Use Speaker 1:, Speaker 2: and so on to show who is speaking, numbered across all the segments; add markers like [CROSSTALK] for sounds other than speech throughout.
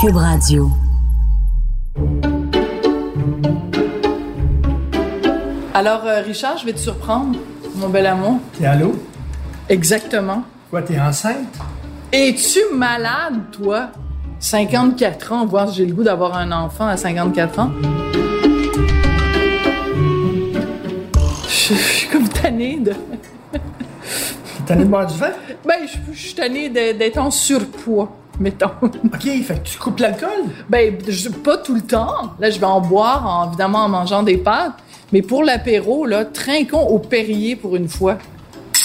Speaker 1: Cube Radio.
Speaker 2: Alors, euh, Richard, je vais te surprendre, mon bel amour.
Speaker 3: T'es allô?
Speaker 2: Exactement.
Speaker 3: Quoi, t'es enceinte?
Speaker 2: Es-tu malade, toi? 54 ans, voir si j'ai le goût d'avoir un enfant à 54 ans. Je je suis comme tannée de...
Speaker 3: T'es allée
Speaker 2: [LAUGHS]
Speaker 3: boire du vin?
Speaker 2: Ben, je, je suis tannée de- d'être en surpoids, mettons. [LAUGHS]
Speaker 3: OK, fait que tu coupes l'alcool?
Speaker 2: Ben, je- pas tout le temps. Là, je vais en boire, en- évidemment, en mangeant des pâtes. Mais pour l'apéro, là, trinquons au Perrier pour une fois.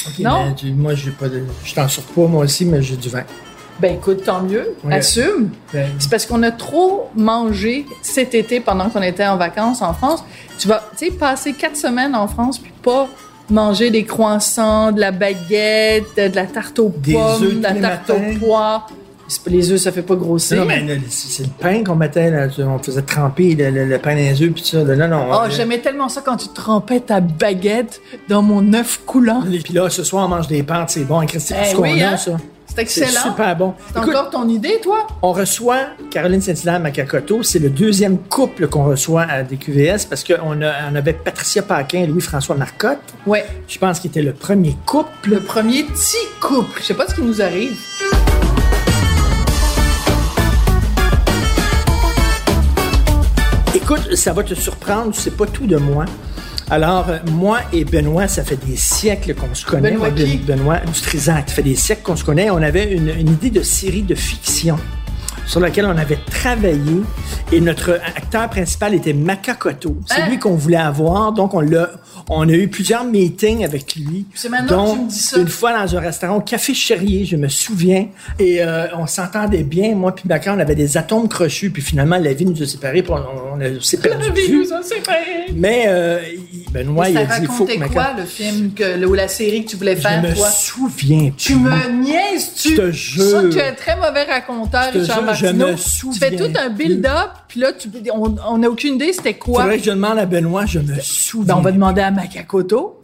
Speaker 3: OK,
Speaker 2: Non.
Speaker 3: mais tu- moi, j'ai pas de... Je suis en surpoids, moi aussi, mais j'ai du vin.
Speaker 2: Ben, écoute, tant mieux.
Speaker 3: Ouais.
Speaker 2: Assume.
Speaker 3: Ben,
Speaker 2: C'est parce qu'on a trop mangé cet été pendant qu'on était en vacances en France. Tu vas, tu sais, passer quatre semaines en France puis pas manger des croissants, de la baguette, de la tarte aux
Speaker 3: Des œufs
Speaker 2: pommes, de la
Speaker 3: tous les
Speaker 2: tarte
Speaker 3: matins.
Speaker 2: aux pois. C'est pas- Les œufs, ça fait pas grossir.
Speaker 3: non, mais là, c'est c'est le pain qu'on mettait, là, tu- on faisait tremper le, le- le pain dans les œufs, puis ça. Là, non, non.
Speaker 2: Oh,
Speaker 3: euh,
Speaker 2: j'aimais tellement ça quand tu trempais ta baguette dans mon œuf coulant.
Speaker 3: Et puis là, ce soir, on mange des pâtes, c'est bon. Christy,
Speaker 2: Eh
Speaker 3: tout ce qu'on
Speaker 2: oui,
Speaker 3: a,
Speaker 2: hein?
Speaker 3: ça.
Speaker 2: C'est
Speaker 3: C'est
Speaker 2: excellent.
Speaker 3: super bon.
Speaker 2: C'est
Speaker 3: Écoute,
Speaker 2: encore ton idée, toi?
Speaker 3: on reçoit Caroline Saint-Hilaire Macacoto. C'est le deuxième couple qu'on reçoit à DQVS parce qu'on a- on avait Patricia Paquin et Louis-François Marcotte.
Speaker 2: Ouais.
Speaker 3: Je pense qu'il était le premier couple.
Speaker 2: Le premier petit couple. Je sais pas ce qui nous arrive.
Speaker 3: Écoute, ça va te surprendre, tu sais pas tout de moi. Alors, euh, moi et Benoît, ça fait des siècles qu'on se connaît.
Speaker 2: Benoît
Speaker 3: Moi, Ben-
Speaker 2: qui?
Speaker 3: Benoît Dutrisac, ça fait des siècles qu'on se connaît. On avait une, une idée de série de fiction sur laquelle on avait travaillé et notre acteur principal était Macacoto. C'est
Speaker 2: Hein?
Speaker 3: lui qu'on voulait avoir, donc on l'a, on a eu plusieurs meetings avec lui.
Speaker 2: C'est maintenant que
Speaker 3: Dont
Speaker 2: tu me dis ça.
Speaker 3: une fois dans un restaurant au Café Chérier, je me souviens, et euh, on s'entendait bien, moi puis Macan, on avait des atomes crochus, puis finalement la vie nous a séparés, puis on, on- on s'est perdu. de vue. Mais euh, il- Benoît, il
Speaker 2: ça
Speaker 3: a dit, il faut
Speaker 2: racontait
Speaker 3: que Macan...
Speaker 2: quoi, le film que, le- ou la série que tu voulais
Speaker 3: Je
Speaker 2: faire,
Speaker 3: me
Speaker 2: toi?
Speaker 3: souviens.
Speaker 2: Tu me niaises-tu?
Speaker 3: Je te
Speaker 2: sens que
Speaker 3: jure.
Speaker 2: tu es un très mauvais raconteur,
Speaker 3: Je te
Speaker 2: Richard
Speaker 3: jure, je
Speaker 2: Martineau.
Speaker 3: me
Speaker 2: Tu fais tout
Speaker 3: souviens
Speaker 2: un build-up, puis là, tu- on on n'a aucune idée c'était quoi.
Speaker 3: Faudrait que je demande à Benoît, je me souviens.
Speaker 2: Ben, on va demander à Macacoto.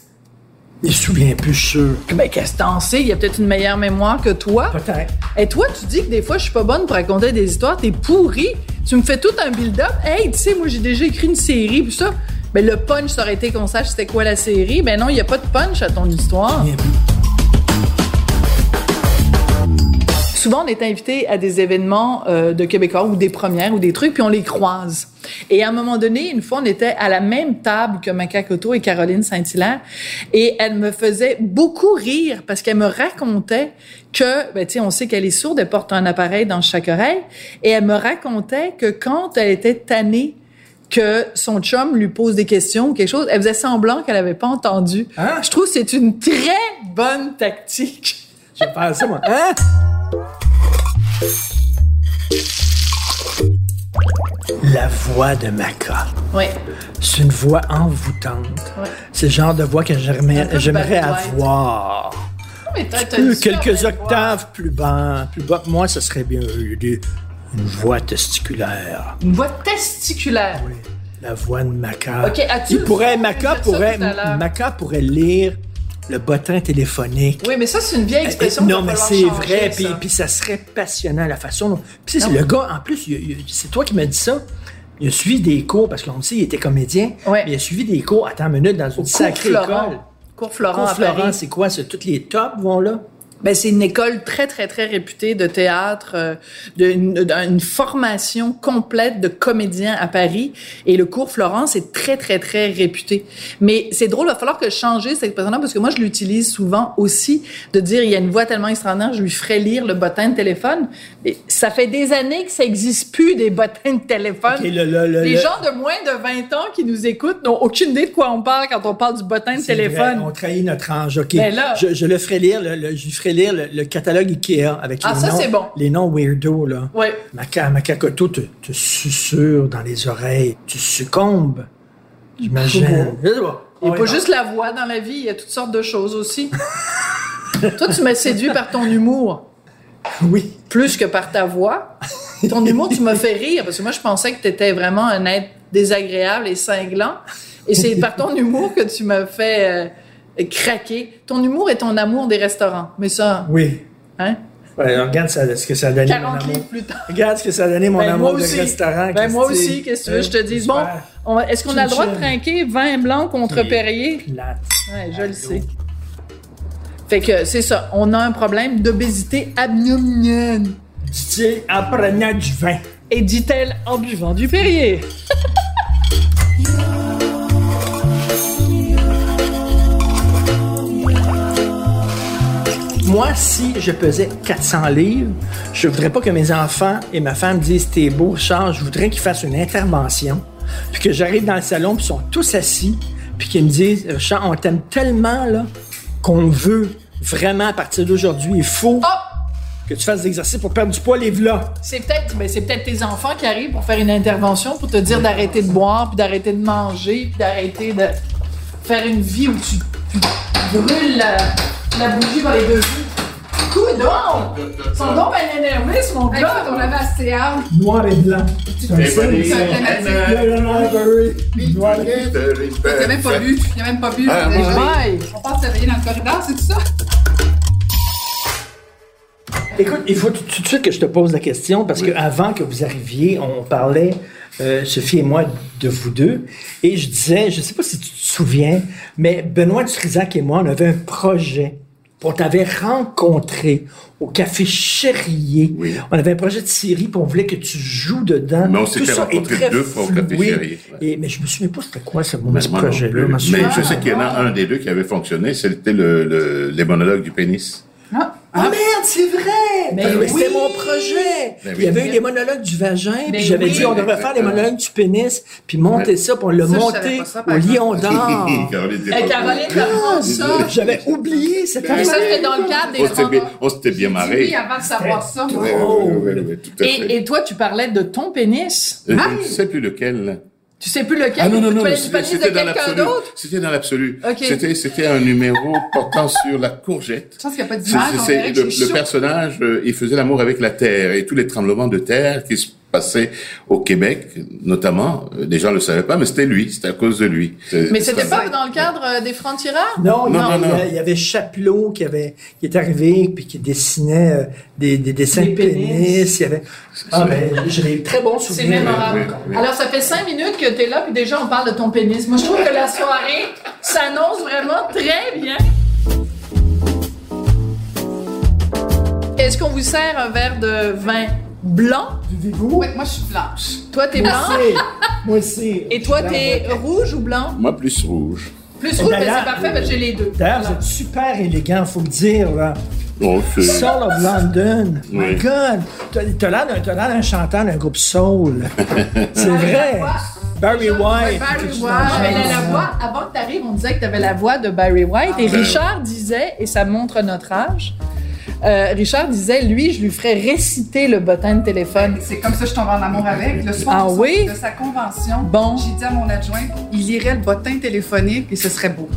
Speaker 3: Il se souvient plus, je suis sûr.
Speaker 2: Ben, qu'est-ce que t'en sais? Il a peut-être une meilleure mémoire que toi.
Speaker 3: Peut-être.
Speaker 2: Et toi, tu dis que des fois, je suis pas bonne pour raconter des histoires, t'es pourri. Tu me fais tout un build-up. Hey, tu sais, moi, j'ai déjà écrit une série, puis ça. Ben, le punch, ça aurait été qu'on sache c'était quoi la série. Ben non, il n'y a pas de punch à ton histoire.
Speaker 3: Bien vu.
Speaker 2: Souvent, on est invité à des événements euh, de Québécois ou des premières ou des trucs, puis on les croise. Et à un moment donné, une fois, on était à la même table que Macacoto et Caroline Saint-Hilaire, et elle me faisait beaucoup rire parce qu'elle me racontait que, ben, tu sais, on sait qu'elle est sourde, elle porte un appareil dans chaque oreille, et elle me racontait que quand elle était tannée que son chum lui pose des questions ou quelque chose, elle faisait semblant qu'elle n'avait pas entendu.
Speaker 3: Hein?
Speaker 2: Je trouve que c'est une très bonne tactique.
Speaker 3: Je vais faire ça, moi. Hein? La voix de Maca.
Speaker 2: Ouais.
Speaker 3: C'est une voix envoûtante.
Speaker 2: Ouais.
Speaker 3: C'est le genre de voix que
Speaker 2: Un
Speaker 3: j'aimerais
Speaker 2: peu
Speaker 3: j'aimerais
Speaker 2: Barry White.
Speaker 3: avoir.
Speaker 2: Non, mais toi, t'as une
Speaker 3: Euh,
Speaker 2: super
Speaker 3: quelques
Speaker 2: belle voix.
Speaker 3: octaves plus bas, plus bas que moi, ce serait bien. euh, des- Une voix testiculaire.
Speaker 2: Une voix testiculaire.
Speaker 3: La voix de Maca.
Speaker 2: Ok, as-tu
Speaker 3: Il
Speaker 2: le
Speaker 3: pourrait,
Speaker 2: fond de
Speaker 3: Maca
Speaker 2: dire ça
Speaker 3: pourrait,
Speaker 2: tout à l'heure?
Speaker 3: Maca pourrait lire le bottin téléphonique.
Speaker 2: Oui, mais ça, c'est une vieille expression.
Speaker 3: Euh, non,
Speaker 2: qu'il va
Speaker 3: mais
Speaker 2: falloir
Speaker 3: c'est
Speaker 2: changer,
Speaker 3: vrai, puis
Speaker 2: ça.
Speaker 3: puis ça serait passionnant la façon dont. Puis
Speaker 2: Non.
Speaker 3: c'est le gars, en plus, il- il- c'est toi qui m'as dit ça. Il a suivi des cours, parce qu'on le sait, il était comédien.
Speaker 2: Ouais.
Speaker 3: mais Il a suivi des cours, attends une minute, dans une
Speaker 2: Cours
Speaker 3: sacrée
Speaker 2: Florent.
Speaker 3: école.
Speaker 2: Cours Florent
Speaker 3: Cours
Speaker 2: à
Speaker 3: Florent,
Speaker 2: Paris.
Speaker 3: c'est quoi? C'est toutes les tops vont là?
Speaker 2: Ben, c'est une école très, très, très réputée de théâtre, euh, de- une- d'une formation complète de comédiens à Paris. Et le cours Florence est très, très, très réputé. Mais c'est drôle, il va falloir que je change cette expression-là parce que moi, je l'utilise souvent aussi de dire il y a une voix tellement extraordinaire, je lui ferai lire le bottin de téléphone. Mais ça fait des années que ça n'existe plus des bottins de téléphone.
Speaker 3: Ok, le- le- le-
Speaker 2: Les
Speaker 3: le-
Speaker 2: gens de moins de 20 ans qui nous écoutent n'ont aucune idée de quoi on parle quand on parle du bottin de
Speaker 3: C'est
Speaker 2: téléphone.
Speaker 3: vrai, on trahit notre ange. OK.
Speaker 2: Ben là-
Speaker 3: je, je le ferai lire, le, le- je lui ferai lire le, le catalogue Ikea avec
Speaker 2: Ah,
Speaker 3: les,
Speaker 2: ça, c'est
Speaker 3: noms,
Speaker 2: bon.
Speaker 3: les noms weirdo. Là.
Speaker 2: Ouais.
Speaker 3: Maca, Macacoto te, te susurre dans les oreilles. Tu succombes. J'imagine. Je sais pas.
Speaker 2: Il n'y a
Speaker 3: Ouais,
Speaker 2: pas
Speaker 3: non.
Speaker 2: juste la voix dans la vie, il y a toutes sortes de choses aussi. [LAUGHS] Toi, tu m'as séduit par ton humour,
Speaker 3: [LAUGHS] Oui.
Speaker 2: plus que par ta voix. Ton humour, tu m'as fait rire, parce que moi, je pensais que tu étais vraiment un être désagréable et cinglant. Et c'est par ton humour que tu m'as fait euh, craquer. Ton humour et ton amour des restaurants. Mais ça,
Speaker 3: Oui.
Speaker 2: hein?
Speaker 3: Ouais, regarde ça, ce que ça a donné. mon
Speaker 2: 40
Speaker 3: amour.
Speaker 2: livres plus tard.
Speaker 3: Regarde ce que ça a donné mon
Speaker 2: Ben,
Speaker 3: amour
Speaker 2: moi
Speaker 3: de
Speaker 2: aussi.
Speaker 3: restaurant. Euh,
Speaker 2: Ben, moi
Speaker 3: Christy.
Speaker 2: aussi, qu'est-ce que tu veux, que je te dise? Bon,
Speaker 3: Super.
Speaker 2: on- est-ce qu'on a le droit de trinquer vin blanc contre
Speaker 3: Oui.
Speaker 2: Perrier?
Speaker 3: Plate.
Speaker 2: Ouais, je le sais. Fait que c'est ça, on a un problème d'obésité abdominale.
Speaker 3: Style en prenant du vin.
Speaker 2: Et dit-elle en buvant du Perrier.
Speaker 3: Moi, si je pesais 400 livres, je voudrais pas que mes enfants et ma femme disent t'es beau, Charles. Je voudrais qu'ils fassent une intervention, puis que j'arrive dans le salon, puis ils sont tous assis, puis qu'ils me disent Charles, on t'aime tellement là qu'on veut vraiment à partir d'aujourd'hui, il faut
Speaker 2: Oh!
Speaker 3: que tu fasses des exercices pour perdre du poids, les là.
Speaker 2: C'est peut-être ben, c'est peut-être tes enfants qui arrivent pour faire une intervention pour te dire d'arrêter de boire, puis d'arrêter de manger, puis d'arrêter de faire une vie où tu, tu brûles la, la bougie par les deux yeux. Coudon! Ils sont donc bien énervés, ce mon
Speaker 4: Hey,
Speaker 2: gars!
Speaker 4: écoute, on l'avait assez hard.
Speaker 3: Noir et blanc. C'est un signe.
Speaker 4: C'est un thématique.
Speaker 3: Le library. Noir et-
Speaker 4: Il a même pas bu. Il a même pas bu.
Speaker 5: Ah,
Speaker 4: déjà.
Speaker 2: Ouais.
Speaker 4: On passe se réveiller dans le corridor, c'est tout ça?
Speaker 3: Écoute, il faut tout tout de suite que je te pose la question parce que avant que vous arriviez, on parlait euh, Sophie et moi de vous deux et je disais, je sais pas si tu te souviens, mais Benoît Dutrisac et moi, on avait un projet. On t'avait rencontré au café Chérier. On avait un projet de série, puis on voulait que tu joues dedans.
Speaker 5: Mais on
Speaker 3: Tout
Speaker 5: s'était
Speaker 3: ça est
Speaker 5: rencontrés
Speaker 3: très
Speaker 5: deux fois au Café
Speaker 3: fluide.
Speaker 5: Chérié.
Speaker 3: Et, mais je me souviens pas c'était quoi ce,
Speaker 5: Mais
Speaker 3: ce
Speaker 5: moi non
Speaker 3: projet-là.
Speaker 5: plus.
Speaker 3: ma
Speaker 5: Mais
Speaker 3: souvenir.
Speaker 5: je sais qu'il y en a un des deux qui avait fonctionné, c'était le, le- les monologues du pénis.
Speaker 2: Ah,
Speaker 3: Ah merde, c'est vrai!
Speaker 2: Mais
Speaker 3: Ben,
Speaker 2: oui!
Speaker 3: C'était mon projet!
Speaker 5: Ben oui.
Speaker 3: Il y avait eu les monologues du vagin,
Speaker 2: Ben
Speaker 3: puis j'avais
Speaker 2: oui.
Speaker 3: dit on devrait faire les monologues du pénis, puis monter ça, puis on l'a
Speaker 4: Ça, je
Speaker 3: monté
Speaker 4: savais pas ça,
Speaker 3: au
Speaker 4: par exemple.
Speaker 5: [LAUGHS]
Speaker 3: Lion d'Or.
Speaker 5: Caroline, t'es
Speaker 4: Eh,
Speaker 2: Hey,
Speaker 5: pas-
Speaker 2: Caroline,
Speaker 5: [LAUGHS]
Speaker 2: comment
Speaker 5: Ah,
Speaker 2: ça?
Speaker 3: J'avais oublié cette
Speaker 2: Mais ça,
Speaker 3: affaire.
Speaker 2: c'était dans le cadre des
Speaker 5: On s'était bien- on s'était bien marré.
Speaker 4: Oui, avant de savoir ça.
Speaker 5: Oui, oui, oui, oui, oui, tout à fait.
Speaker 2: Et, et toi, tu parlais de ton pénis.
Speaker 5: Euh, Je ne sais plus lequel. là.
Speaker 2: Tu sais plus lequel.
Speaker 5: Ah non, non,
Speaker 2: tu
Speaker 5: non,
Speaker 2: parlais du
Speaker 5: c'était
Speaker 2: pénis de
Speaker 5: c'était dans
Speaker 2: quelqu'un
Speaker 5: l'absolu.
Speaker 2: d'autre.
Speaker 5: C'était dans l'absolu.
Speaker 2: Ok.
Speaker 5: C'était c'était un numéro portant sur la courgette.
Speaker 4: Je pense qu'il n'y a pas
Speaker 5: C'est-
Speaker 4: d'image.
Speaker 5: c'est-
Speaker 4: on
Speaker 5: c'est-
Speaker 4: dirait que
Speaker 5: le,
Speaker 4: j'ai
Speaker 5: le
Speaker 4: chaud.
Speaker 5: personnage, euh, il faisait l'amour avec la terre et tous les tremblements de terre qui se passaient au Québec, notamment. euh, Les gens le savaient pas, mais c'était lui. C'était à cause de lui. C'est-
Speaker 2: Mais
Speaker 5: c'est
Speaker 2: c'était
Speaker 5: ça.
Speaker 2: pas dans le cadre euh, des frontières.
Speaker 3: Non, non,
Speaker 5: Non, non,
Speaker 3: il y a-
Speaker 5: non.
Speaker 3: il y avait Chapelot qui, avait, qui est arrivé, puis qui dessinait euh, des, des dessins
Speaker 2: Des
Speaker 3: de pénis. Il y avait... Ah, ben, j'ai des très bons
Speaker 2: C'est
Speaker 3: souvenirs.
Speaker 2: mémorable.
Speaker 5: oui, oui.
Speaker 2: Alors, ça fait cinq minutes que t'es là, puis déjà, on parle de ton pénis. Moi, je trouve que la soirée s'annonce vraiment très bien. Est-ce qu'on vous sert un verre de vin blanc?
Speaker 3: Vivez-vous?
Speaker 4: Oui, moi, je suis blanche.
Speaker 2: Toi, t'es
Speaker 3: Moi
Speaker 2: blanc.
Speaker 3: aussi. Moi aussi.
Speaker 2: Et toi, t'es rouge ou blanc?
Speaker 5: Moi, plus rouge.
Speaker 2: Plus rouge, mais
Speaker 3: D'ailleurs,
Speaker 2: c'est parfait, parce que j'ai les deux.
Speaker 3: D'ailleurs, vous êtes super élégant, faut le dire, là.
Speaker 5: Oh, c'est-
Speaker 3: Soul of London. My
Speaker 5: Oui.
Speaker 3: God. T'as t'as l'air d'un- t'as l'air d'un chanteur d'un groupe soul.
Speaker 5: [LAUGHS]
Speaker 3: C'est vrai. Barry White.
Speaker 4: Barry White.
Speaker 2: Ah,
Speaker 4: Ah,
Speaker 2: elle a la
Speaker 4: ça.
Speaker 2: voix. Avant que tu arrives, on disait que tu avais la voix de Barry White.
Speaker 4: Ah, ben
Speaker 2: et
Speaker 5: ouais.
Speaker 2: Richard disait, et ça montre notre âge, euh, Richard disait, lui, je lui ferais réciter le bottin de téléphone.
Speaker 4: C'est comme ça que je tombe en amour avec. Le soir
Speaker 2: Ah
Speaker 4: de, sa-
Speaker 2: oui?
Speaker 4: de sa convention,
Speaker 2: Bon.
Speaker 4: j'ai dit à mon adjoint, il irait le bottin téléphonique et ce serait beau.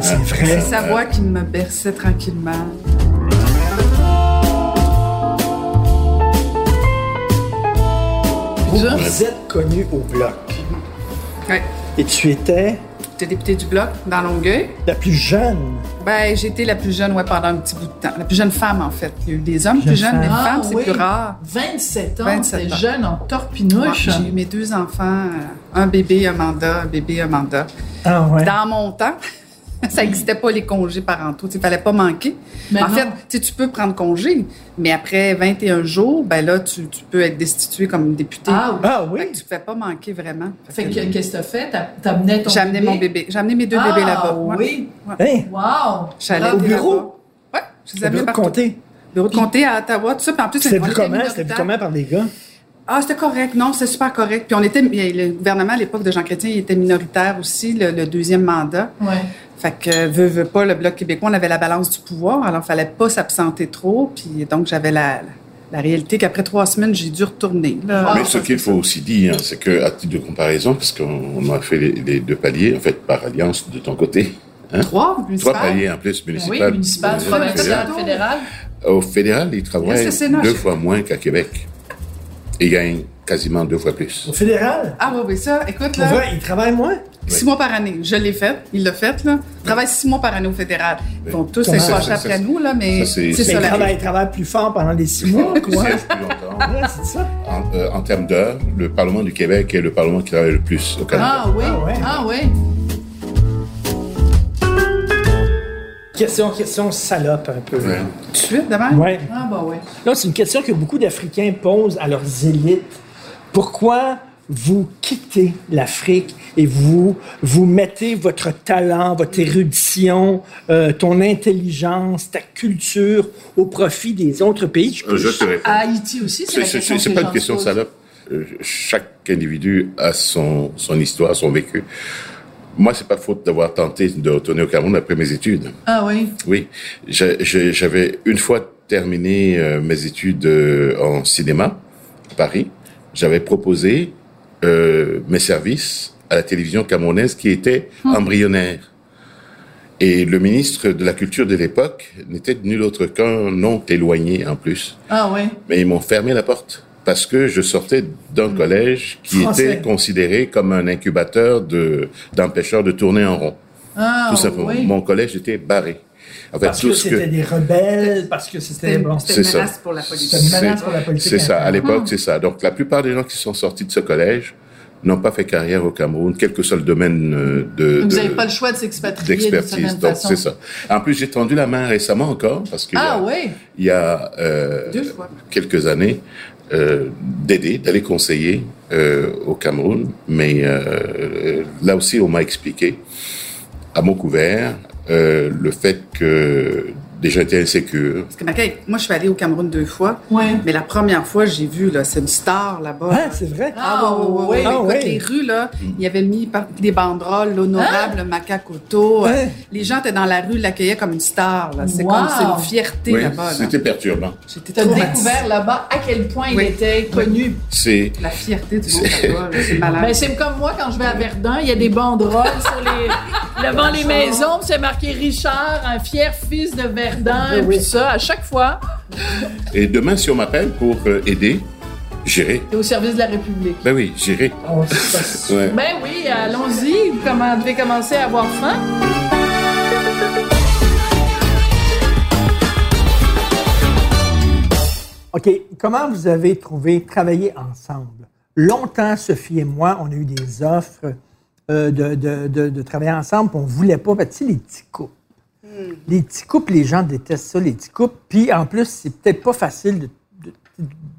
Speaker 3: C'est
Speaker 4: C'est
Speaker 3: vrai.
Speaker 4: sa voix qui me berçait tranquillement.
Speaker 3: Vous,
Speaker 2: dur.
Speaker 3: vous êtes connu au bloc.
Speaker 4: Ouais.
Speaker 3: Et tu étais
Speaker 4: J'étais députée du Bloc dans Longueuil.
Speaker 3: la plus jeune.
Speaker 4: Ben, j'étais la plus jeune ouais, pendant un petit bout de temps. La plus jeune femme, en fait. Il y a eu des hommes plus jeunes, mais
Speaker 2: femme.
Speaker 4: femmes,
Speaker 2: Ah,
Speaker 4: c'est
Speaker 2: oui.
Speaker 4: plus rare.
Speaker 2: 27 ans,
Speaker 4: 27
Speaker 2: t'es
Speaker 4: ans.
Speaker 2: jeune en
Speaker 4: Ouais,
Speaker 2: torpinouche.
Speaker 4: J'ai eu mes deux enfants, euh, un bébé, un mandat, un bébé, un mandat.
Speaker 3: Ah ouais.
Speaker 4: Dans mon temps, [LAUGHS] ça n'existait pas les congés parentaux. Il ne fallait pas manquer.
Speaker 2: Mais
Speaker 4: en
Speaker 2: non.
Speaker 4: fait, tu sais, tu peux prendre congé, mais après 21 jours, ben là, tu, tu peux être destitué comme député.
Speaker 2: Ah oui.
Speaker 3: Ah
Speaker 4: Fait que
Speaker 3: oui.
Speaker 4: tu ne fais pas manquer vraiment.
Speaker 2: Fait que, qu'est-ce que t'as fait? T'as- T'amenais ton
Speaker 4: J'ai amené mon bébé. J'ai amené mes deux
Speaker 2: ah,
Speaker 4: bébés là-bas. Ouais.
Speaker 2: oui.
Speaker 3: Hein?
Speaker 2: Wow.
Speaker 4: J'allais
Speaker 3: Au
Speaker 4: aller
Speaker 3: bureau?
Speaker 4: là-bas. Oui, je les
Speaker 3: Ça
Speaker 4: amenais
Speaker 3: peut
Speaker 4: partout.
Speaker 3: compter.
Speaker 4: Bureau de comté à Ottawa, tout ça. Puis en plus,
Speaker 3: C'était
Speaker 4: on
Speaker 3: vu
Speaker 4: était
Speaker 3: comment? C'était vu
Speaker 4: minoritaire.
Speaker 3: comment par les gars?
Speaker 4: Ah, c'était correct. Non, c'est super correct. Puis on était, le gouvernement à l'époque de Jean Chrétien, il était minoritaire aussi, le, le deuxième mandat.
Speaker 2: Ouais.
Speaker 4: Fait que, veut, veut pas, le Bloc québécois, on avait la balance du pouvoir, alors il fallait pas s'absenter trop. Puis donc, j'avais la, la réalité qu'après trois semaines, j'ai dû retourner. Là.
Speaker 5: Mais ce qu'il faut aussi dire, c'est que à titre de comparaison, parce qu'on a fait les, les, deux paliers, en fait, par alliance de ton côté.
Speaker 4: Hein? Trois,
Speaker 5: Trois paliers en plus, municipal.
Speaker 2: Oui, municipal, provincial, fédéral.
Speaker 5: Au fédéral, ils travaillent deux fois moins qu'à Québec. Et gagnent quasiment deux fois plus.
Speaker 3: Au fédéral?
Speaker 4: Ah oui, oui, ça, écoute, là...
Speaker 3: ils travaillent moins?
Speaker 4: Six oui. mois par année. Je l'ai fait. Il l'a fait, là. Il travaille six mois par année au fédéral. Ils vont tous être fâchés après nous, là, mais c'est ça.
Speaker 3: Ils travaillent travaille plus fort pendant les six [LAUGHS] mois, quoi.
Speaker 5: Ils plus longtemps. ouais, ça. En, euh, en termes d'heures, le Parlement du Québec est le Parlement qui travaille le plus au Canada.
Speaker 2: Ah oui, ah oui. Ah, ouais.
Speaker 3: Question, question salope un
Speaker 2: Ah.
Speaker 3: peu.
Speaker 5: Ouais.
Speaker 4: Tout de suite, d'abord?
Speaker 3: Oui.
Speaker 4: Ah, bah oui.
Speaker 3: Là, c'est une question que beaucoup d'Africains posent à leurs élites. Pourquoi vous quittez l'Afrique et vous, vous mettez votre talent, votre érudition, euh, ton intelligence, ta culture au profit des autres pays.
Speaker 5: Euh, Je, je te réponds.
Speaker 2: À Haïti aussi, c'est la question
Speaker 5: C'est pas une question de salope. Euh, Chaque individu a son, son histoire, son vécu. Moi, c'est pas faute d'avoir tenté de retourner au Cameroun après mes études.
Speaker 2: Ah oui?
Speaker 5: Oui. J'avais une fois terminé euh, mes études euh, en cinéma à Paris. J'avais proposé euh, mes services à la télévision camerounaise qui était hum. embryonnaire. Et le ministre de la Culture de l'époque n'était nul autre qu'un oncle éloigné en plus.
Speaker 2: Ah ouais.
Speaker 5: Mais ils m'ont fermé la porte parce que je sortais d'un hum. collège qui Français. était considéré comme un incubateur de d'empêcheurs de tourner en rond.
Speaker 2: Ah,
Speaker 5: Tout simplement.
Speaker 2: Oui.
Speaker 5: Mon collège était barré.
Speaker 3: En fait, parce tout que c'était que... des rebelles, parce que c'était
Speaker 4: bon, une menace pour la politique.
Speaker 3: C'était une menace pour la politique.
Speaker 5: C'est ça, à l'époque, c'est ça. Donc la plupart des gens qui sont sortis de ce collège n'ont pas fait carrière au Cameroun, quel que soit le domaine euh, de...
Speaker 2: Vous n'avez pas le choix de s'expatrier
Speaker 5: D'expertise, donc c'est ça. En plus, j'ai tendu la main récemment encore, parce qu'il
Speaker 2: ah,
Speaker 5: y a,
Speaker 2: ouais.
Speaker 5: il y a euh,
Speaker 2: Deux fois.
Speaker 5: quelques années, euh, d'aider, d'aller conseiller euh, au Cameroun, mais euh, là aussi, on m'a expliqué, à mon couvert, euh, le fait que déjà j'étais insécure.
Speaker 4: Parce que Macaï, moi je suis allée au Cameroun deux fois,
Speaker 2: ouais.
Speaker 4: mais la première fois j'ai vu là, c'est une star là-bas.
Speaker 3: Ah, c'est vrai.
Speaker 4: Ah, ah ouais, ouais, ah, Écoute, les rues là, mm. il y avait mis des banderoles, l'honorable
Speaker 2: Hein?
Speaker 4: ah. Macacoto. Euh, les gens étaient dans la rue, l'accueillaient comme une star. C'est
Speaker 2: wow.
Speaker 4: comme c'est une fierté
Speaker 5: oui,
Speaker 2: hein.
Speaker 4: là-bas.
Speaker 5: C'était
Speaker 4: là.
Speaker 5: perturbant.
Speaker 2: J'étais découvert là-bas à quel point oui. il était connu.
Speaker 5: C'est
Speaker 4: la fierté du monde là-bas.
Speaker 2: [LAUGHS]
Speaker 4: C'est malade.
Speaker 2: Ben, c'est comme moi quand je vais à Verdun, il y a des banderoles sur [LAUGHS] les devant les maisons, c'est marqué Richard, un fier fils de Verdun. Et puis ça, à chaque fois.
Speaker 5: Et demain, si on m'appelle pour euh, aider, j'irai.
Speaker 2: Et au service de la République.
Speaker 5: Ben oui, j'irai.
Speaker 3: Oh, pas...
Speaker 5: ouais.
Speaker 2: Ben oui, allons-y. Vous devez commencer à avoir faim.
Speaker 3: OK, comment vous avez trouvé travailler ensemble? Longtemps, Sophie et moi, on a eu des offres euh, de, de, de, de, travailler ensemble, puis on ne voulait pas. Fait-il les petits couples?
Speaker 2: Hmm.
Speaker 3: Les petits couples, les gens détestent ça, les petits couples. Puis en plus, c'est peut-être pas facile de, de,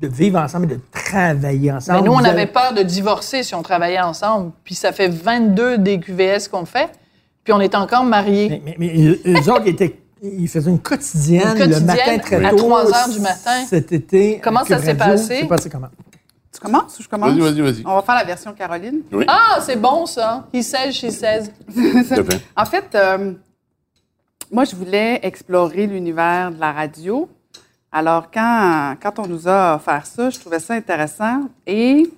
Speaker 3: de, vivre ensemble et de travailler ensemble.
Speaker 2: Mais Ben, nous, on
Speaker 3: Vous
Speaker 2: avait avez... peur de divorcer si on travaillait ensemble. Puis ça fait 22 des QVS qu'on fait, puis on est encore mariés.
Speaker 3: Mais, mais, mais eux autres étaient il faisait une quotidienne,
Speaker 2: une
Speaker 3: quotidienne, le matin très
Speaker 2: à
Speaker 3: tôt.
Speaker 2: À 3 h du matin.
Speaker 3: Cet été.
Speaker 2: Comment ça s'est passé?
Speaker 3: C'est passé comment?
Speaker 4: Tu commences ou je commence?
Speaker 5: Vas-y, vas-y, vas-y.
Speaker 4: On va faire la version Caroline.
Speaker 5: Oui.
Speaker 2: Ah, c'est bon ça. He says, she says.
Speaker 4: en fait, euh, moi, je voulais explorer l'univers de la radio. Alors, quand, quand on nous a offert ça, je trouvais ça intéressant et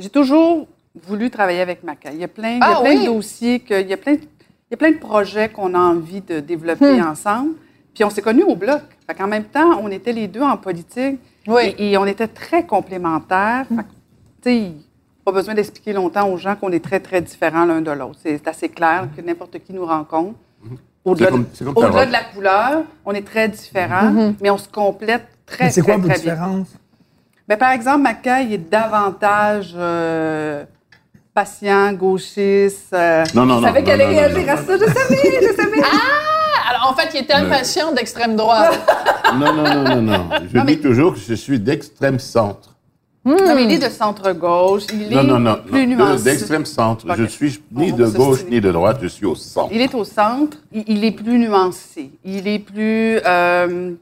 Speaker 4: j'ai toujours voulu travailler avec Maca. Il y a plein,
Speaker 2: ah,
Speaker 4: il y a plein
Speaker 2: oui.
Speaker 4: de dossiers, que, il, y a plein, il y a plein de projets qu'on a envie de développer hmm. ensemble. Puis on s'est connus au bloc. Fait en même temps, on était les deux en politique
Speaker 2: oui. Hmm.
Speaker 4: et, et, on était très complémentaires. Fait pas besoin d'expliquer longtemps aux gens qu'on est très, très différents l'un de l'autre. C'est assez clair que n'importe qui nous rencontre.
Speaker 5: Mm-hmm.
Speaker 4: Au-delà de, au de, la couleur, on est très différents, mm -hmm. mais on se complète très,
Speaker 3: Mm-hmm. C'est quoi
Speaker 4: très,
Speaker 3: vos
Speaker 4: très
Speaker 3: différences?
Speaker 4: Bien, par exemple, Maca, il est davantage euh, patient, gauchiste. Euh,
Speaker 5: non, non,
Speaker 4: je savais
Speaker 5: non,
Speaker 4: qu'elle
Speaker 5: non,
Speaker 4: allait réagir à ça. Je savais, je savais.
Speaker 6: Euh,
Speaker 2: Ah! Alors, en fait, il était un patient d'extrême droite.
Speaker 4: [LAUGHS]
Speaker 5: non, non, non, non, non. Je
Speaker 4: mais-
Speaker 5: dis toujours que je suis d'extrême centre.
Speaker 3: Mm.
Speaker 4: Non, mais il est de centre-gauche, il
Speaker 5: Non,
Speaker 4: est
Speaker 5: non, non.
Speaker 4: plus
Speaker 5: non. De-
Speaker 4: nuancé.
Speaker 5: D'extrême centre.
Speaker 4: Ok.
Speaker 5: Je suis ni
Speaker 4: On
Speaker 5: de
Speaker 4: va
Speaker 5: gauche
Speaker 4: s'obstiner.
Speaker 5: ni de droite, je suis au centre.
Speaker 4: Il est au centre, il, il est plus nuancé, il est plus. euh,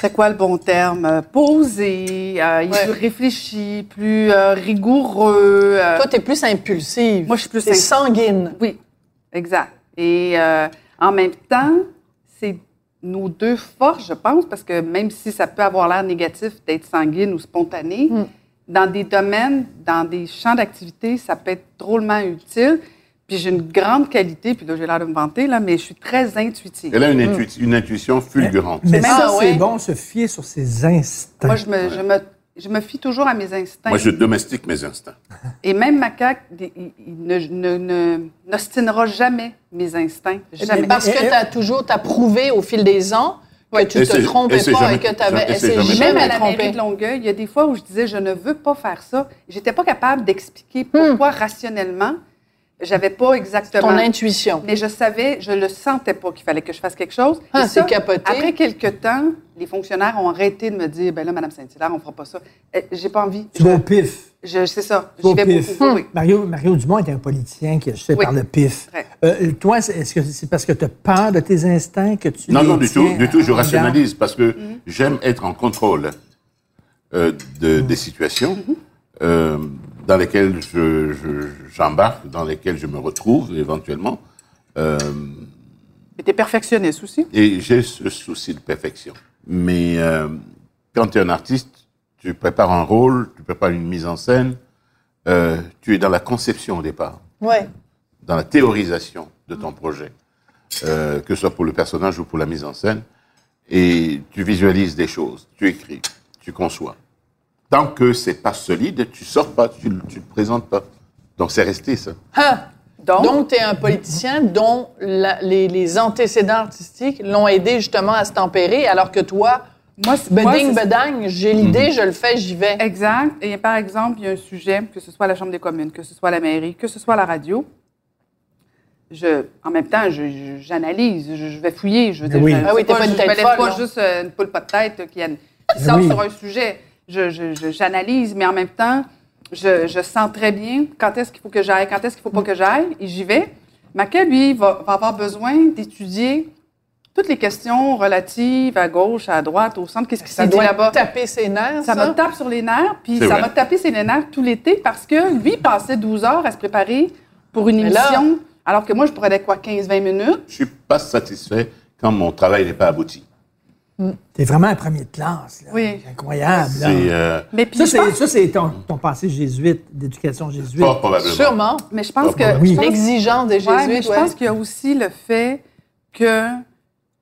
Speaker 4: c'est quoi le bon terme? Euh, Posé, euh, il
Speaker 2: Ouais.
Speaker 4: est plus réfléchi, plus euh, rigoureux. euh,
Speaker 2: Toi, t'es plus impulsive.
Speaker 4: Moi, je suis plus
Speaker 2: T'es
Speaker 4: impulsive.
Speaker 2: sanguine.
Speaker 4: oui. Exact. Et euh, en même temps, c'est nos deux forces, je pense, parce que même si ça peut avoir l'air négatif d'être sanguine ou spontané, dans des domaines, dans des champs d'activité, ça peut être drôlement utile. Puis j'ai une grande qualité, puis là, j'ai l'air de me vanter, là, mais je suis très intuitive.
Speaker 5: Elle a une, intu- une intuition fulgurante.
Speaker 4: Mm. Mais
Speaker 3: Mais ça,
Speaker 4: ah,
Speaker 3: c'est
Speaker 4: ouais.
Speaker 3: bon, se fier sur ses instincts.
Speaker 4: Moi, je me, je, me, je me fie toujours à mes instincts.
Speaker 5: Moi, je domestique mes instincts.
Speaker 4: Et même Macaque, des- il, il ne- ne- ne- n'obstinera jamais mes instincts. Jamais. Eh,
Speaker 6: Parce que tu as toujours t'as prouvé au fil des ans que tu
Speaker 5: Et
Speaker 6: te
Speaker 5: c'est- et
Speaker 6: trompais
Speaker 5: c'est
Speaker 6: pas
Speaker 5: jamais-
Speaker 6: et que tu avais
Speaker 5: et c'est
Speaker 6: essayé
Speaker 5: jamais
Speaker 6: jamais
Speaker 4: Même à
Speaker 6: de
Speaker 4: la mairie de
Speaker 6: tromper.
Speaker 4: Longueuil, il y a des fois où je disais je ne veux pas faire ça. J'étais pas capable
Speaker 6: Hmm.
Speaker 4: d'expliquer pourquoi rationnellement j'avais pas exactement.
Speaker 6: Ton intuition.
Speaker 4: Mais je savais, je le sentais pas qu'il fallait que je fasse quelque chose.
Speaker 6: Ah,
Speaker 4: Et ça,
Speaker 6: c'est capoté.
Speaker 4: Après quelques temps, les fonctionnaires ont arrêté de me dire ben là, Madame Saint-Hilaire, on fera pas ça. Euh, J'ai pas envie.
Speaker 3: Tu vas au pif.
Speaker 4: Je, c'est ça.
Speaker 3: Tu vas
Speaker 4: J'y
Speaker 3: au
Speaker 4: vais
Speaker 3: pif.
Speaker 4: beaucoup. Oui.
Speaker 3: Mario, Mario Dumont est un politicien qui est fait
Speaker 4: Oui.
Speaker 3: par le pif.
Speaker 4: Vrai.
Speaker 3: Euh, toi, c'est- est-ce que c'est parce que tu as peur de tes instincts que tu.
Speaker 5: Non,
Speaker 3: les
Speaker 5: non, du
Speaker 3: tiens
Speaker 5: tout. Du tout, je
Speaker 3: en garde?
Speaker 5: rationalise parce que j'aime être en contrôle euh, de, des situations euh, dans lesquelles je- je- j'embarque, dans lesquelles je me retrouve éventuellement.
Speaker 4: Mais t'es perfectionniste aussi.
Speaker 5: Et j'ai ce souci de perfection. Mais euh, quand tu es un artiste, tu prépares un rôle, tu prépares une mise en scène, euh, tu es dans la conception au départ,
Speaker 6: Ouais.
Speaker 5: dans la théorisation de ton projet, euh, que ce soit pour le personnage ou pour la mise en scène. Et tu visualises des choses, tu écris, tu conçois. Tant que c'est pas solide, tu sors pas, tu ne le présentes pas. Donc c'est resté ça.
Speaker 6: Ah!
Speaker 4: Donc?
Speaker 6: Donc, tu es un politicien dont la- les, les antécédents artistiques l'ont aidé justement à se tempérer, alors que toi,
Speaker 4: Moi, c'est- moi,
Speaker 6: beding,
Speaker 4: c'est-
Speaker 6: bedang, j'ai l'idée, je le fais, j'y vais.
Speaker 4: Exact. Et par exemple, il y a un sujet, que ce soit à la Chambre des communes, que ce soit à la mairie, que ce soit à la radio. Je, en même temps, je- je- j'analyse, je, je vais fouiller. Je, veux dire,
Speaker 3: oui.
Speaker 4: je-
Speaker 3: Ah
Speaker 6: oui,
Speaker 4: c'est
Speaker 6: t'es pas une
Speaker 4: je
Speaker 6: tête
Speaker 4: me laisse
Speaker 6: folle, hein.
Speaker 4: pas
Speaker 6: là.
Speaker 4: juste euh, une poule pas de tête euh, qui, a- qui sort
Speaker 3: oui.
Speaker 4: sur un sujet. Je- je- je- J'analyse, mais en même temps, je, je sens très bien quand est-ce qu'il faut que j'aille, quand est-ce qu'il faut pas que j'aille, et j'y vais. Maquet, lui, va, va avoir besoin d'étudier toutes les questions relatives à gauche, à droite, au centre. Qu'est-ce qui
Speaker 6: Ça
Speaker 4: s'est dit
Speaker 6: doit
Speaker 4: là-bas?
Speaker 6: taper ses nerfs, ça.
Speaker 4: Ça me tape sur les nerfs, puis
Speaker 5: C'est
Speaker 4: ça
Speaker 5: vrai.
Speaker 4: m'a tapé sur les nerfs tout l'été parce que lui passait 12 heures à se préparer pour une
Speaker 6: Mais là-
Speaker 4: émission, alors que moi, je prenais quoi, 15-20 minutes?
Speaker 5: Je suis pas satisfait quand mon travail n'est pas abouti.
Speaker 3: T'es vraiment un premier de classe. Là.
Speaker 4: Oui.
Speaker 3: C'est Incroyable. là.
Speaker 5: C'est euh,
Speaker 4: Mais, puis
Speaker 3: Ça,
Speaker 4: je
Speaker 3: c'est,
Speaker 4: pense,
Speaker 3: ça, c'est ton, ton passé jésuite, d'éducation jésuite.
Speaker 5: fort probablement.
Speaker 6: Sûrement.
Speaker 4: mais je pense
Speaker 2: bah
Speaker 4: que...
Speaker 3: Oui.
Speaker 4: je pense-
Speaker 6: L'exigence des
Speaker 4: Ouais, mais
Speaker 6: Jésuites,
Speaker 4: je
Speaker 6: ouais.
Speaker 4: pense qu'il y a aussi le fait que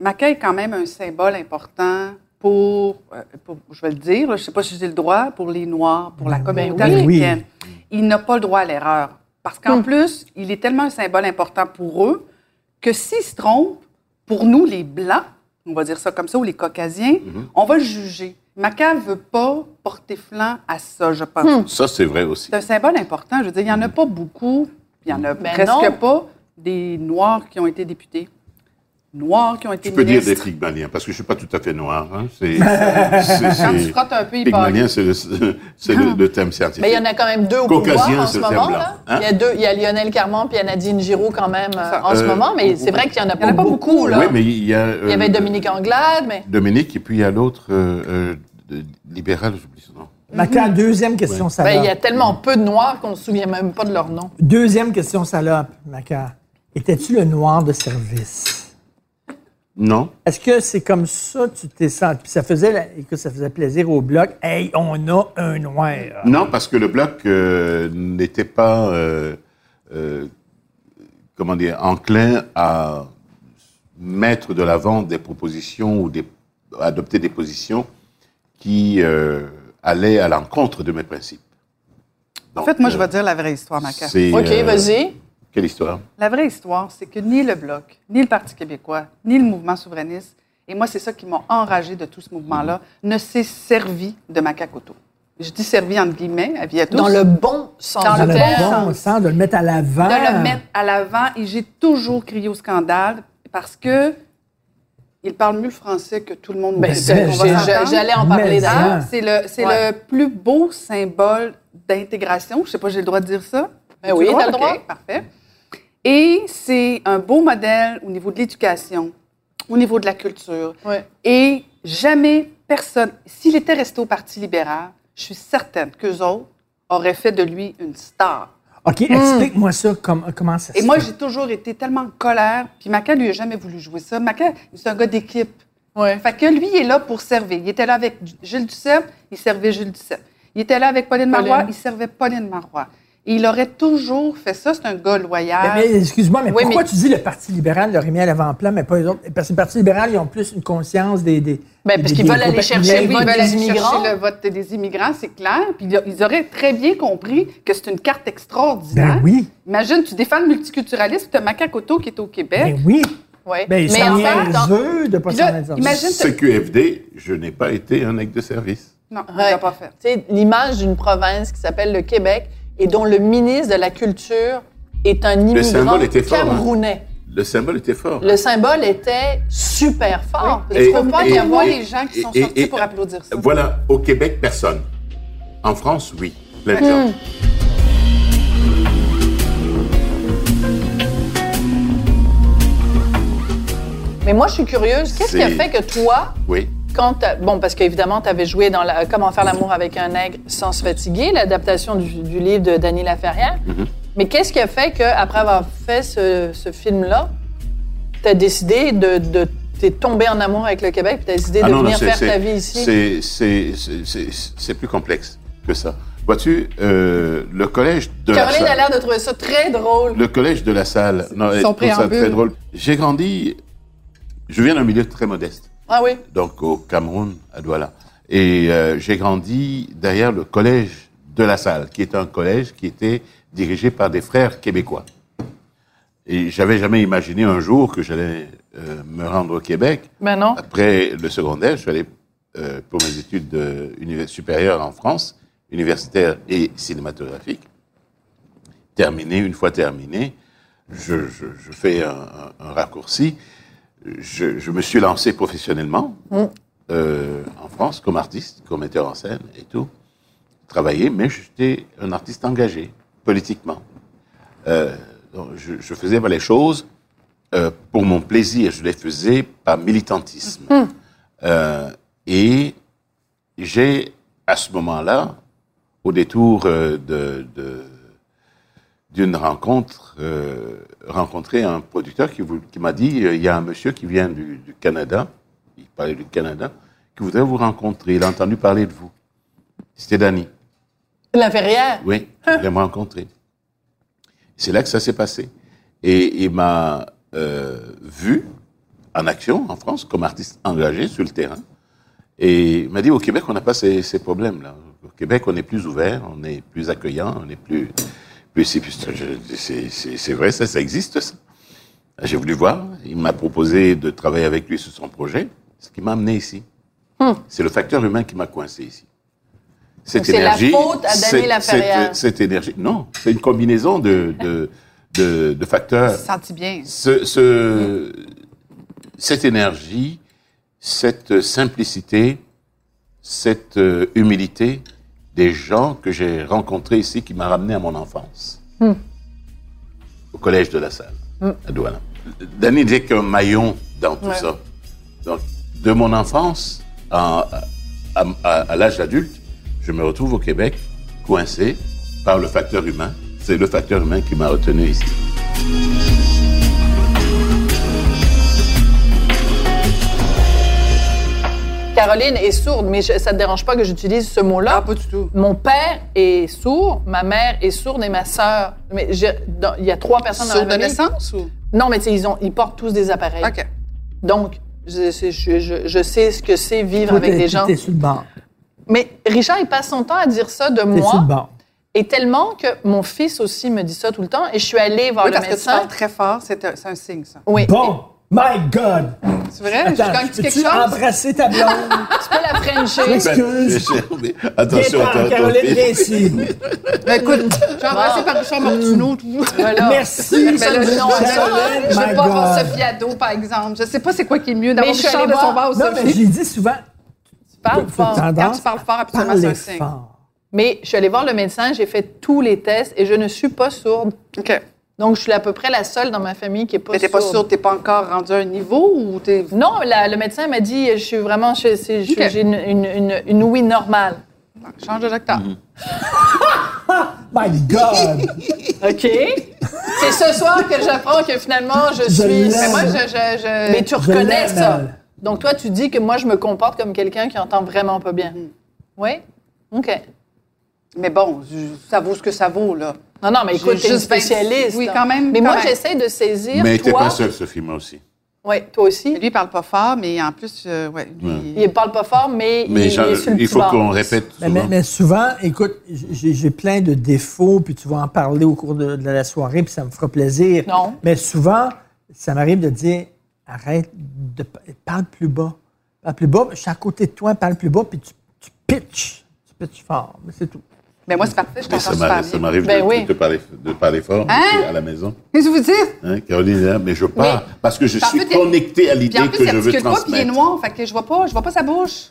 Speaker 4: Maca est quand même un symbole important pour, euh, pour- je vais le dire, là, je ne sais pas si j'ai le droit, pour les Noirs, pour la communauté
Speaker 3: Ben oui.
Speaker 4: américaine. Il n'a pas le droit à l'erreur. Parce qu'en
Speaker 6: Hmm.
Speaker 4: plus, il est tellement un symbole important pour eux que s'il se trompe, pour nous, les Blancs, on va dire ça comme ça, ou les Caucasiens,
Speaker 3: Mhm.
Speaker 4: on va le juger. Maca ne veut pas porter flanc à ça, je pense.
Speaker 6: Hmm.
Speaker 5: Ça, c'est vrai aussi.
Speaker 4: C'est un symbole important. Je veux dire, il n'y en a pas beaucoup. Il n'y en a
Speaker 6: Ben
Speaker 4: presque
Speaker 6: non.
Speaker 4: pas des Noirs qui ont été députés. Noirs qui ont été
Speaker 5: Tu peux dire des
Speaker 4: ministres.
Speaker 5: pygmaliens, parce que je ne suis pas tout à fait noir. Hein.
Speaker 6: [LAUGHS]
Speaker 5: C'est, c'est,
Speaker 4: Quand
Speaker 5: c'est-
Speaker 4: tu frottes un peu, il parle.
Speaker 5: Pygmalien, c'est, le, c'est le, le thème scientifique.
Speaker 6: Ah. Mais il y en a quand même deux au
Speaker 5: Caucasien,
Speaker 6: pouvoir en
Speaker 5: c'est
Speaker 6: ce
Speaker 5: le terme
Speaker 6: moment.
Speaker 5: blanc.
Speaker 6: là.
Speaker 5: Hein?
Speaker 6: Il y a deux, il y a Lionel Carman puis il y a Nadine Giraud quand même euh, en ce
Speaker 5: Euh,
Speaker 6: moment, mais
Speaker 5: oui.
Speaker 6: c'est vrai qu'il y en a pas,
Speaker 4: en a pas
Speaker 6: beaucoup,
Speaker 4: beaucoup,
Speaker 6: là.
Speaker 5: Oui, mais il y a... euh,
Speaker 6: Il y avait Dominique Anglade, mais
Speaker 5: Dominique, et puis il y a l'autre euh, euh, de- libéral, j'oublie son nom.
Speaker 3: Maca,
Speaker 4: Mm-hmm.
Speaker 3: deuxième question salope.
Speaker 6: ben, il y a tellement peu de noirs qu'on se souvient même pas de leur nom.
Speaker 3: Deuxième question salope, Maca. Étais-tu le noir de service?
Speaker 5: Non,
Speaker 3: Est-ce que c'est comme ça que tu t'es senti? Puis ça faisait, la- écoute, ça faisait plaisir au bloc. Hey, on a un noir.
Speaker 5: non, parce que le bloc euh, n'était pas, euh, euh, comment dire, enclin à mettre de l'avant des propositions ou des, adopter des positions qui euh, allaient à l'encontre de mes principes.
Speaker 4: En fait, moi, je
Speaker 5: vais
Speaker 4: vais te dire la vraie histoire, Maca.
Speaker 5: Euh, C'est,
Speaker 6: OK,
Speaker 5: euh,
Speaker 6: vas-y.
Speaker 5: Quelle histoire
Speaker 4: La vraie histoire, c'est que ni le Bloc, ni le Parti québécois, ni le mouvement souverainiste, et moi, c'est ça qui m'a enragé de tout ce mouvement-là, ne s'est servi de Maca Couteau. Je dis servi entre guillemets, à via tous.
Speaker 6: Dans le bon sens
Speaker 4: Dans
Speaker 3: Dans
Speaker 6: du
Speaker 3: le
Speaker 6: terme.
Speaker 3: bon sens, de le mettre à l'avant.
Speaker 4: de le mettre à l'avant. Et j'ai toujours crié au scandale parce que il parle mieux le français que tout le monde au
Speaker 6: Ben,
Speaker 4: Québec,
Speaker 6: c'est-
Speaker 4: on va
Speaker 6: j'ai-
Speaker 4: s'entendre.
Speaker 6: J'allais en
Speaker 3: Mais
Speaker 6: parler
Speaker 3: ça.
Speaker 6: d'ailleurs.
Speaker 4: Ah, C'est le, c'est
Speaker 6: Ouais.
Speaker 4: le plus beau symbole d'intégration. Je sais pas, j'ai le droit de dire ça.
Speaker 6: Ben oui, t'as le
Speaker 4: OK,
Speaker 6: droit.
Speaker 4: parfait. Et c'est un beau modèle au niveau de l'éducation, au niveau de la culture.
Speaker 6: Ouais.
Speaker 4: Et jamais personne, s'il était resté au Parti libéral, je suis certaine qu'eux autres auraient fait de lui une star.
Speaker 7: OK, explique-moi ça, comme- comment ça
Speaker 4: Et
Speaker 7: se
Speaker 4: moi,
Speaker 7: fait.
Speaker 4: j'ai toujours été tellement en colère. Puis Maca, lui, a jamais voulu jouer ça. Maca, c'est un gars d'équipe.
Speaker 6: Ouais.
Speaker 4: Fait que lui, il est là pour servir. Il était là avec Gilles Duceppe, il servait Gilles Duceppe. Il était là avec Pauline Marois,
Speaker 6: Pauline.
Speaker 4: il servait Pauline Marois. Et il aurait toujours fait ça. C'est un gars loyal.
Speaker 7: Mais, mais excuse-moi, mais
Speaker 4: Oui,
Speaker 7: pourquoi
Speaker 4: mais-
Speaker 7: tu dis le Parti libéral leur a mis à l'avant-plan, mais pas les autres? Parce que le Parti libéral, ils ont plus une conscience des. des
Speaker 6: Ben, parce
Speaker 7: des-
Speaker 6: qu'ils
Speaker 7: des
Speaker 6: veulent aller
Speaker 7: groupes
Speaker 6: chercher,
Speaker 7: ethniques.
Speaker 4: oui, ils veulent
Speaker 6: des
Speaker 4: aller
Speaker 6: immigrants.
Speaker 4: chercher le vote des immigrants, c'est clair. Puis ils auraient très bien compris que c'est une carte extraordinaire.
Speaker 7: Ben oui,
Speaker 4: Imagine, tu défends le multiculturalisme, tu as Macacoto qui est au Québec.
Speaker 7: ben oui.
Speaker 4: Ouais.
Speaker 7: Ben, ils
Speaker 6: Mais
Speaker 7: sont
Speaker 6: en fait,
Speaker 7: niaiseux de pas
Speaker 4: Puis
Speaker 7: s'en
Speaker 4: là,
Speaker 7: être
Speaker 4: imagine-
Speaker 5: CQFD, je n'ai pas été un acte de service.
Speaker 4: Non, on
Speaker 2: Ouais.
Speaker 4: l'a pas fait.
Speaker 2: Tu sais, l'image d'une province qui s'appelle le Québec et dont le ministre de la Culture est un immigrant
Speaker 5: symbole était fort, hein.
Speaker 2: camerounais.
Speaker 5: Le symbole était fort.
Speaker 2: Le symbole était super fort.
Speaker 4: Et
Speaker 2: Tu
Speaker 4: faut
Speaker 2: peux
Speaker 4: pas
Speaker 2: pas
Speaker 4: qu'il y
Speaker 2: y
Speaker 4: ait
Speaker 2: avoir
Speaker 4: les gens qui sont
Speaker 5: et-
Speaker 4: sortis
Speaker 5: et-
Speaker 4: pour applaudir ça.
Speaker 5: Voilà, au Québec, personne. En France, oui, plein de
Speaker 2: Hmm.
Speaker 5: gens.
Speaker 2: Mais moi, je suis curieuse. Qu'est-ce qui a
Speaker 5: C'est-
Speaker 2: fait que toi,
Speaker 5: Oui.
Speaker 2: quand t'as- bon, parce qu'évidemment, tu avais joué dans la- Comment faire l'amour avec un nègre sans se fatiguer, l'adaptation du, du livre de Dany Laferrière.
Speaker 5: Mhm.
Speaker 2: Mais qu'est-ce qui a fait que après avoir fait ce, ce film-là, tu as décidé de, de t'es tombé en amour avec le Québec, puis tu as décidé
Speaker 5: Ah
Speaker 2: de
Speaker 5: non, non,
Speaker 2: venir
Speaker 5: c'est-
Speaker 2: faire
Speaker 5: c'est-
Speaker 2: ta vie ici.
Speaker 5: c'est- c'est- c'est- c'est- C'est plus complexe que ça. Vois-tu, euh, le collège de la
Speaker 2: Caroline
Speaker 5: salle-
Speaker 2: a l'air de trouver ça très drôle.
Speaker 5: Le collège de la salle. Non, je trouve ça
Speaker 4: préambule.
Speaker 5: très drôle. J'ai grandi. Je viens d'un milieu très modeste,
Speaker 2: Ah oui.
Speaker 5: donc au Cameroun, à Douala. Et euh, j'ai grandi derrière le collège de la salle, qui était un collège qui était dirigé par des frères québécois. Et j'avais jamais imaginé un jour que j'allais euh, me rendre au Québec.
Speaker 2: Ben non.
Speaker 5: Après le secondaire, je suis allé euh, pour mes études euh, univers- supérieures en France, universitaires et cinématographiques. Terminé, une fois terminé, je, je- je fais un, un- un raccourci. Je, je me suis lancé professionnellement euh, en France comme artiste, comme metteur en scène et tout. Travaillé, mais j'étais un artiste engagé politiquement. Euh, donc, je, je faisais les choses euh, pour mon plaisir, je les faisais par militantisme. Euh, et j'ai, à ce moment-là, au détour euh, de- de- d'une rencontre, euh, rencontré un producteur qui, vou- qui m'a dit, euh, il y a un monsieur qui vient du, du Canada, il parlait du Canada, qui voudrait vous rencontrer, il a entendu parler de vous. C'était Danny.
Speaker 2: La verrière.
Speaker 5: Oui, il voulait me rencontrer. C'est là que ça s'est passé. Et il m'a euh, vu en action en France comme artiste engagé sur le terrain. Et il m'a dit, au Québec, on n'a pas ces, ces problèmes-là. Au Québec, on est plus ouvert, on est plus accueillant, on est plus... plus c'est- je- c'est- c'est c'est vrai, ça, ça existe, ça. J'ai voulu voir. Il m'a proposé de travailler avec lui sur son projet, ce qui m'a amené ici. C'est le facteur humain qui m'a coincé ici. Cette
Speaker 2: Hmm. Donc, c'est la
Speaker 5: énergie,
Speaker 2: faute à Dany
Speaker 5: cette-
Speaker 2: Laferrière.
Speaker 5: cette- cette énergie, non, c'est une combinaison de, de, de, de facteurs
Speaker 4: Senti bien.
Speaker 5: ce, ce- cette énergie, cette simplicité, cette euh, humilité des gens que j'ai rencontrés ici qui m'a ramené à mon enfance. Au collège de la salle, à Douala. Dany n'est qu'un maillon dans tout ça. Donc, de mon enfance à, à- à- à l'âge adulte, je me retrouve au Québec, coincé par le facteur humain. C'est le facteur humain qui m'a retenu ici.
Speaker 2: Caroline est sourde, mais je- ça te dérange pas que j'utilise ce mot-là.
Speaker 4: Ah, pas du tout.
Speaker 2: Mon père est sourd, ma mère est sourde et ma sœur. Mais j'ai- dans- il y a trois personnes
Speaker 4: Sur
Speaker 2: dans
Speaker 4: de
Speaker 2: la famille.
Speaker 4: naissance ou?
Speaker 2: Non, mais tu sais, ils, ont, ils portent tous des appareils.
Speaker 4: OK.
Speaker 2: Donc, je, c'est- je- je- je sais ce que c'est vivre
Speaker 7: Toi,
Speaker 2: avec
Speaker 7: t'es-
Speaker 2: des gens.
Speaker 7: T'es sur le banc.
Speaker 2: Mais Richard, il passe son temps à dire ça de
Speaker 7: T'es sur le
Speaker 2: moi.
Speaker 7: banc.
Speaker 2: Et tellement que mon fils aussi me dit ça tout le temps. Et je suis allée voir
Speaker 4: Oui,
Speaker 2: le
Speaker 4: parce que tu
Speaker 2: médecin.
Speaker 4: parles très fort, c'est un, c'est un signe, ça.
Speaker 2: oui.
Speaker 7: Bon! My God!
Speaker 4: C'est vrai? Eh, je
Speaker 7: Attends,
Speaker 4: gagne
Speaker 7: peux-tu
Speaker 4: quelque chose? Ben,
Speaker 7: embrasser ta
Speaker 4: [LAUGHS]
Speaker 7: blonde?
Speaker 2: [LAUGHS] Tu peux la frencher.
Speaker 7: Excuse.
Speaker 3: [LAUGHS]
Speaker 5: Mais Attention,
Speaker 7: Viens par,
Speaker 5: attends,
Speaker 7: Caroline, viens ici.
Speaker 4: Ben, écoute, je suis embrassée par Richard
Speaker 7: [LAUGHS]
Speaker 4: Martineau. tout.
Speaker 2: Voilà.
Speaker 7: Merci.
Speaker 4: Mais là, non, à ça, là,
Speaker 7: Caroline,
Speaker 4: je
Speaker 7: my
Speaker 4: veux pas avoir
Speaker 7: God.
Speaker 4: Sophie Addo, par exemple. Je sais pas c'est quoi qui est mieux d'avoir
Speaker 2: Mais je suis
Speaker 4: Richard
Speaker 2: allée
Speaker 4: de son
Speaker 2: voir-
Speaker 4: bas ou
Speaker 7: Non, mais
Speaker 4: Sophie.
Speaker 7: j'ai dit souvent,
Speaker 2: Tu parles
Speaker 7: T'as
Speaker 2: fort.
Speaker 7: tendance
Speaker 4: Quand tu parles fort, absolument, c'est
Speaker 7: parler
Speaker 4: un signe.
Speaker 7: fort.
Speaker 2: Mais je suis allée voir le médecin, j'ai fait tous les tests et je ne suis pas sourde.
Speaker 4: OK.
Speaker 2: Donc, je suis à peu près la seule dans ma famille qui n'est pas
Speaker 4: Mais t'es
Speaker 2: sourde.
Speaker 4: pas sûre, t'es pas encore rendu à un niveau ou t'es.
Speaker 2: Non, la- le médecin m'a dit, je suis vraiment, je- c'est- je-
Speaker 4: Ok.
Speaker 7: Mm.
Speaker 5: Mm-hmm.
Speaker 2: j'ai une, une, une, une ouïe normale.
Speaker 4: Change de docteur.
Speaker 7: My God!
Speaker 2: OK. [LAUGHS] C'est ce soir que j'apprends que finalement, je
Speaker 7: Je
Speaker 2: suis.
Speaker 7: l'aime.
Speaker 2: Mais moi, je. je- je- Mais tu reconnais
Speaker 7: l'aime,
Speaker 2: ça.
Speaker 7: elle.
Speaker 2: Donc, toi, tu dis que moi, je me comporte comme quelqu'un qui entend vraiment pas bien.
Speaker 4: Hmm.
Speaker 2: Oui? OK.
Speaker 4: Mais bon, je- ça vaut ce que ça vaut, là.
Speaker 2: Non, non, mais écoute,
Speaker 4: J'ai
Speaker 2: t'es une
Speaker 4: juste vingt-
Speaker 2: spécialiste.
Speaker 4: Oui, quand même,
Speaker 2: Mais
Speaker 4: quand
Speaker 2: moi,
Speaker 4: même.
Speaker 2: j'essaie de saisir.
Speaker 5: Mais il n'était
Speaker 2: toi...
Speaker 5: pas seul, ce film aussi.
Speaker 2: Oui, toi aussi.
Speaker 4: Mais Lui, il parle pas fort, mais en plus, euh, ouais, lui,
Speaker 2: Il parle pas fort, mais,
Speaker 5: Mais
Speaker 2: il,
Speaker 5: genre,
Speaker 2: est sur le
Speaker 5: il
Speaker 2: petit
Speaker 5: faut
Speaker 2: bord.
Speaker 5: qu'on répète
Speaker 7: Mais,
Speaker 5: souvent.
Speaker 7: mais, mais souvent, écoute, j'ai j'ai plein de défauts, puis tu vas en parler au cours de, de la soirée, puis ça me fera plaisir.
Speaker 2: Non.
Speaker 7: Mais souvent, ça m'arrive de dire arrête, de, pa- parle plus bas. Parle plus bas, je suis à côté de toi, parle plus bas, puis tu, tu pitches. Tu pitches fort, mais c'est tout.
Speaker 4: Mais moi, c'est parfait, je
Speaker 5: Mais
Speaker 4: t'entends
Speaker 5: ça
Speaker 4: super
Speaker 5: m'arrive, ça
Speaker 4: bien.
Speaker 5: m'arrive
Speaker 2: Ben
Speaker 5: de,
Speaker 2: oui.
Speaker 5: de te parler, de parler fort
Speaker 4: Hein?
Speaker 5: ici, à la maison.
Speaker 4: Qu'est-ce que vous dites?
Speaker 5: Hein, Caroline est là, mais je pars parce que je
Speaker 4: Puis en
Speaker 5: suis
Speaker 4: plus, il-
Speaker 5: connecté à
Speaker 4: Puis en
Speaker 5: l'idée
Speaker 4: plus,
Speaker 5: que
Speaker 4: il
Speaker 5: je veux
Speaker 4: articule pas, puis il est
Speaker 5: transmettre.
Speaker 4: noir, fait que je vois pas, je vois pas sa bouche.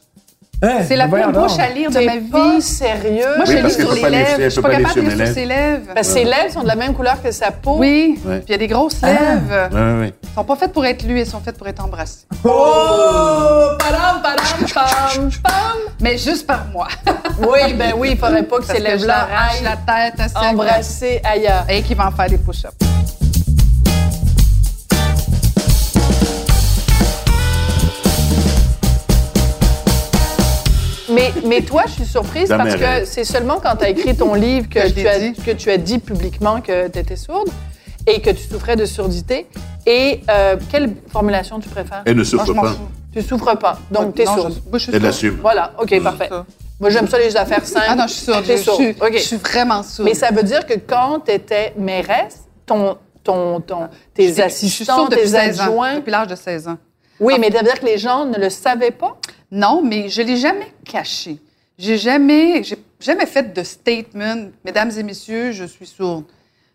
Speaker 7: Hein,
Speaker 4: C'est la
Speaker 7: ben
Speaker 4: plus
Speaker 7: voyons
Speaker 4: bouche
Speaker 7: donc.
Speaker 4: à lire de
Speaker 2: T'es
Speaker 4: ma vie.
Speaker 2: pas sérieux.
Speaker 5: Oui,
Speaker 4: Moi, je lis
Speaker 5: parce qu'elle
Speaker 4: sur
Speaker 5: peut
Speaker 4: les
Speaker 5: pas lire-
Speaker 4: lèvres.
Speaker 5: elle
Speaker 4: Je suis
Speaker 5: peut
Speaker 4: pas
Speaker 5: pas lire
Speaker 4: capable de
Speaker 5: sur
Speaker 4: lire
Speaker 5: mes
Speaker 4: sur ses lèvres.
Speaker 2: Parce que Ben, ses lèvres sont de la même couleur que sa peau.
Speaker 4: Oui,
Speaker 5: Ouais.
Speaker 4: puis il y a des grosses
Speaker 7: Ah.
Speaker 4: lèvres. Elles sont pas faites pour être lues, elles sont faites pour être embrassées.
Speaker 2: Oh! Padam, padam, pam, pam.
Speaker 4: Mais juste par
Speaker 2: [LAUGHS]
Speaker 4: moi.
Speaker 2: Oui, ben oui, il faudrait pas que
Speaker 4: Parce
Speaker 2: ces
Speaker 4: que je leur
Speaker 2: lèvres-là
Speaker 4: arrache la
Speaker 2: aillent
Speaker 4: tête à ça.
Speaker 2: embrasser ailleurs.
Speaker 4: Et qui va en faire des push-ups.
Speaker 2: Mais, mais toi, je suis surprise
Speaker 5: Jamais
Speaker 2: parce que
Speaker 5: rêvé.
Speaker 2: c'est seulement quand tu as écrit ton livre que,
Speaker 4: Que je
Speaker 2: tu
Speaker 4: l'ai
Speaker 2: as,
Speaker 4: dit.
Speaker 2: que tu as dit publiquement que tu étais sourde et que tu souffrais de surdité. Et euh, quelle formulation tu préfères?
Speaker 5: Elle ne
Speaker 4: Non, je
Speaker 5: souffre
Speaker 4: m'en
Speaker 5: pas.
Speaker 4: fous.
Speaker 2: Tu souffres pas, donc tu es
Speaker 4: Ah, Non,
Speaker 2: sourde.
Speaker 4: je- moi, je suis
Speaker 5: Elle
Speaker 4: sourde.
Speaker 5: l'assume.
Speaker 2: Voilà, OK, parfait.
Speaker 4: ça.
Speaker 2: Moi, j'aime ça, les affaires simples.
Speaker 4: Ah non, je suis sourde. Je,
Speaker 2: T'es sourde.
Speaker 4: suis,
Speaker 2: OK.
Speaker 4: je suis vraiment sourde.
Speaker 2: Mais ça veut dire que quand tu étais mairesse, ton, ton, ton, tes
Speaker 4: Je suis sourde
Speaker 2: assistants,
Speaker 4: depuis
Speaker 2: tes
Speaker 4: 16 ans.
Speaker 2: adjoints...
Speaker 4: Depuis l'âge de 16 ans.
Speaker 2: Oui, mais ça veut dire que les gens ne le savaient pas?
Speaker 4: Non, mais je l'ai jamais caché. J'ai jamais, j'ai jamais fait de statement, mesdames et messieurs, je suis sourde,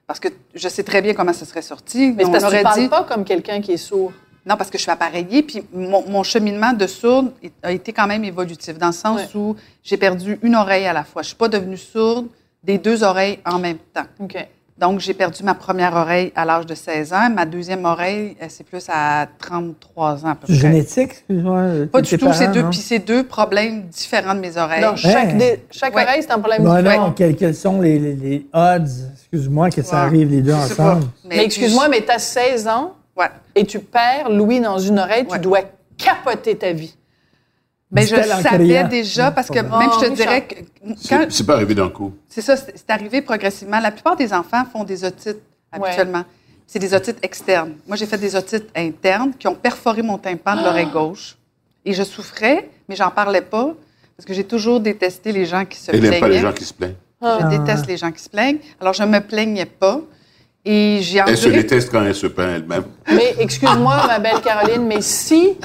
Speaker 4: parce que je sais très bien comment ça serait sorti.
Speaker 2: Mais c'est
Speaker 4: On
Speaker 2: parce que tu
Speaker 4: aurait
Speaker 2: parles
Speaker 4: dit-
Speaker 2: pas comme quelqu'un qui est sourd.
Speaker 4: Non, parce que je suis appareillée, puis mon, mon cheminement de sourde est- a été quand même évolutif, dans le sens
Speaker 2: Ouais.
Speaker 4: où j'ai perdu une oreille à la fois. Je suis pas devenue sourde des deux oreilles en même temps.
Speaker 2: OK.
Speaker 4: Donc, j'ai perdu ma première oreille à l'âge de 16 ans. Ma deuxième oreille, euh, c'est plus à 33 ans à peu
Speaker 7: C'est
Speaker 4: près.
Speaker 7: génétique, excuse-moi. euh,
Speaker 4: Pas
Speaker 7: tes- tes
Speaker 4: du tout. C'est
Speaker 7: parents,
Speaker 4: deux,
Speaker 7: non?
Speaker 4: puis c'est deux problèmes différents de mes oreilles.
Speaker 2: Non, chaque,
Speaker 7: Hey.
Speaker 2: dé- chaque
Speaker 4: Ouais.
Speaker 2: oreille, c'est un problème
Speaker 3: Ben
Speaker 7: Bon,
Speaker 2: différent.
Speaker 7: Ben non, quels, quels sont les, les- les odds, excuse-moi, que ça
Speaker 4: Ouais.
Speaker 7: arrive les deux
Speaker 4: Je sais pas.
Speaker 7: ensemble?
Speaker 2: Mais excuse-moi, mais t'as 16 ans
Speaker 4: Ouais.
Speaker 2: et tu perds Louis dans une oreille, tu
Speaker 4: Ouais.
Speaker 2: dois capoter ta vie.
Speaker 4: Ben, je le
Speaker 7: Dit-elle en
Speaker 4: savais
Speaker 7: criant.
Speaker 4: déjà parce que
Speaker 7: Pas
Speaker 2: grave.
Speaker 4: même je
Speaker 2: Oh,
Speaker 4: te dirais que quand
Speaker 5: C'est c'est pas arrivé d'un coup.
Speaker 4: c'est ça, c'est c'est arrivé progressivement. La plupart des enfants font des otites
Speaker 2: Ouais.
Speaker 4: habituellement. C'est des otites externes. Moi, j'ai fait des otites internes qui ont perforé mon tympan de
Speaker 2: Ah!
Speaker 4: l'oreille gauche et je souffrais, mais j'en parlais pas parce que j'ai toujours détesté les gens qui se
Speaker 5: Elle n'aime pas les
Speaker 4: plaignaient.
Speaker 5: gens qui se plaignent.
Speaker 7: Ah.
Speaker 4: Je déteste les gens qui se plaignent. Alors, je me plaignais pas et j'ai
Speaker 5: Elle se
Speaker 4: enduré
Speaker 5: déteste quand elle se plaint elle-même.
Speaker 2: Mais excuse-moi, ma belle Caroline, mais si,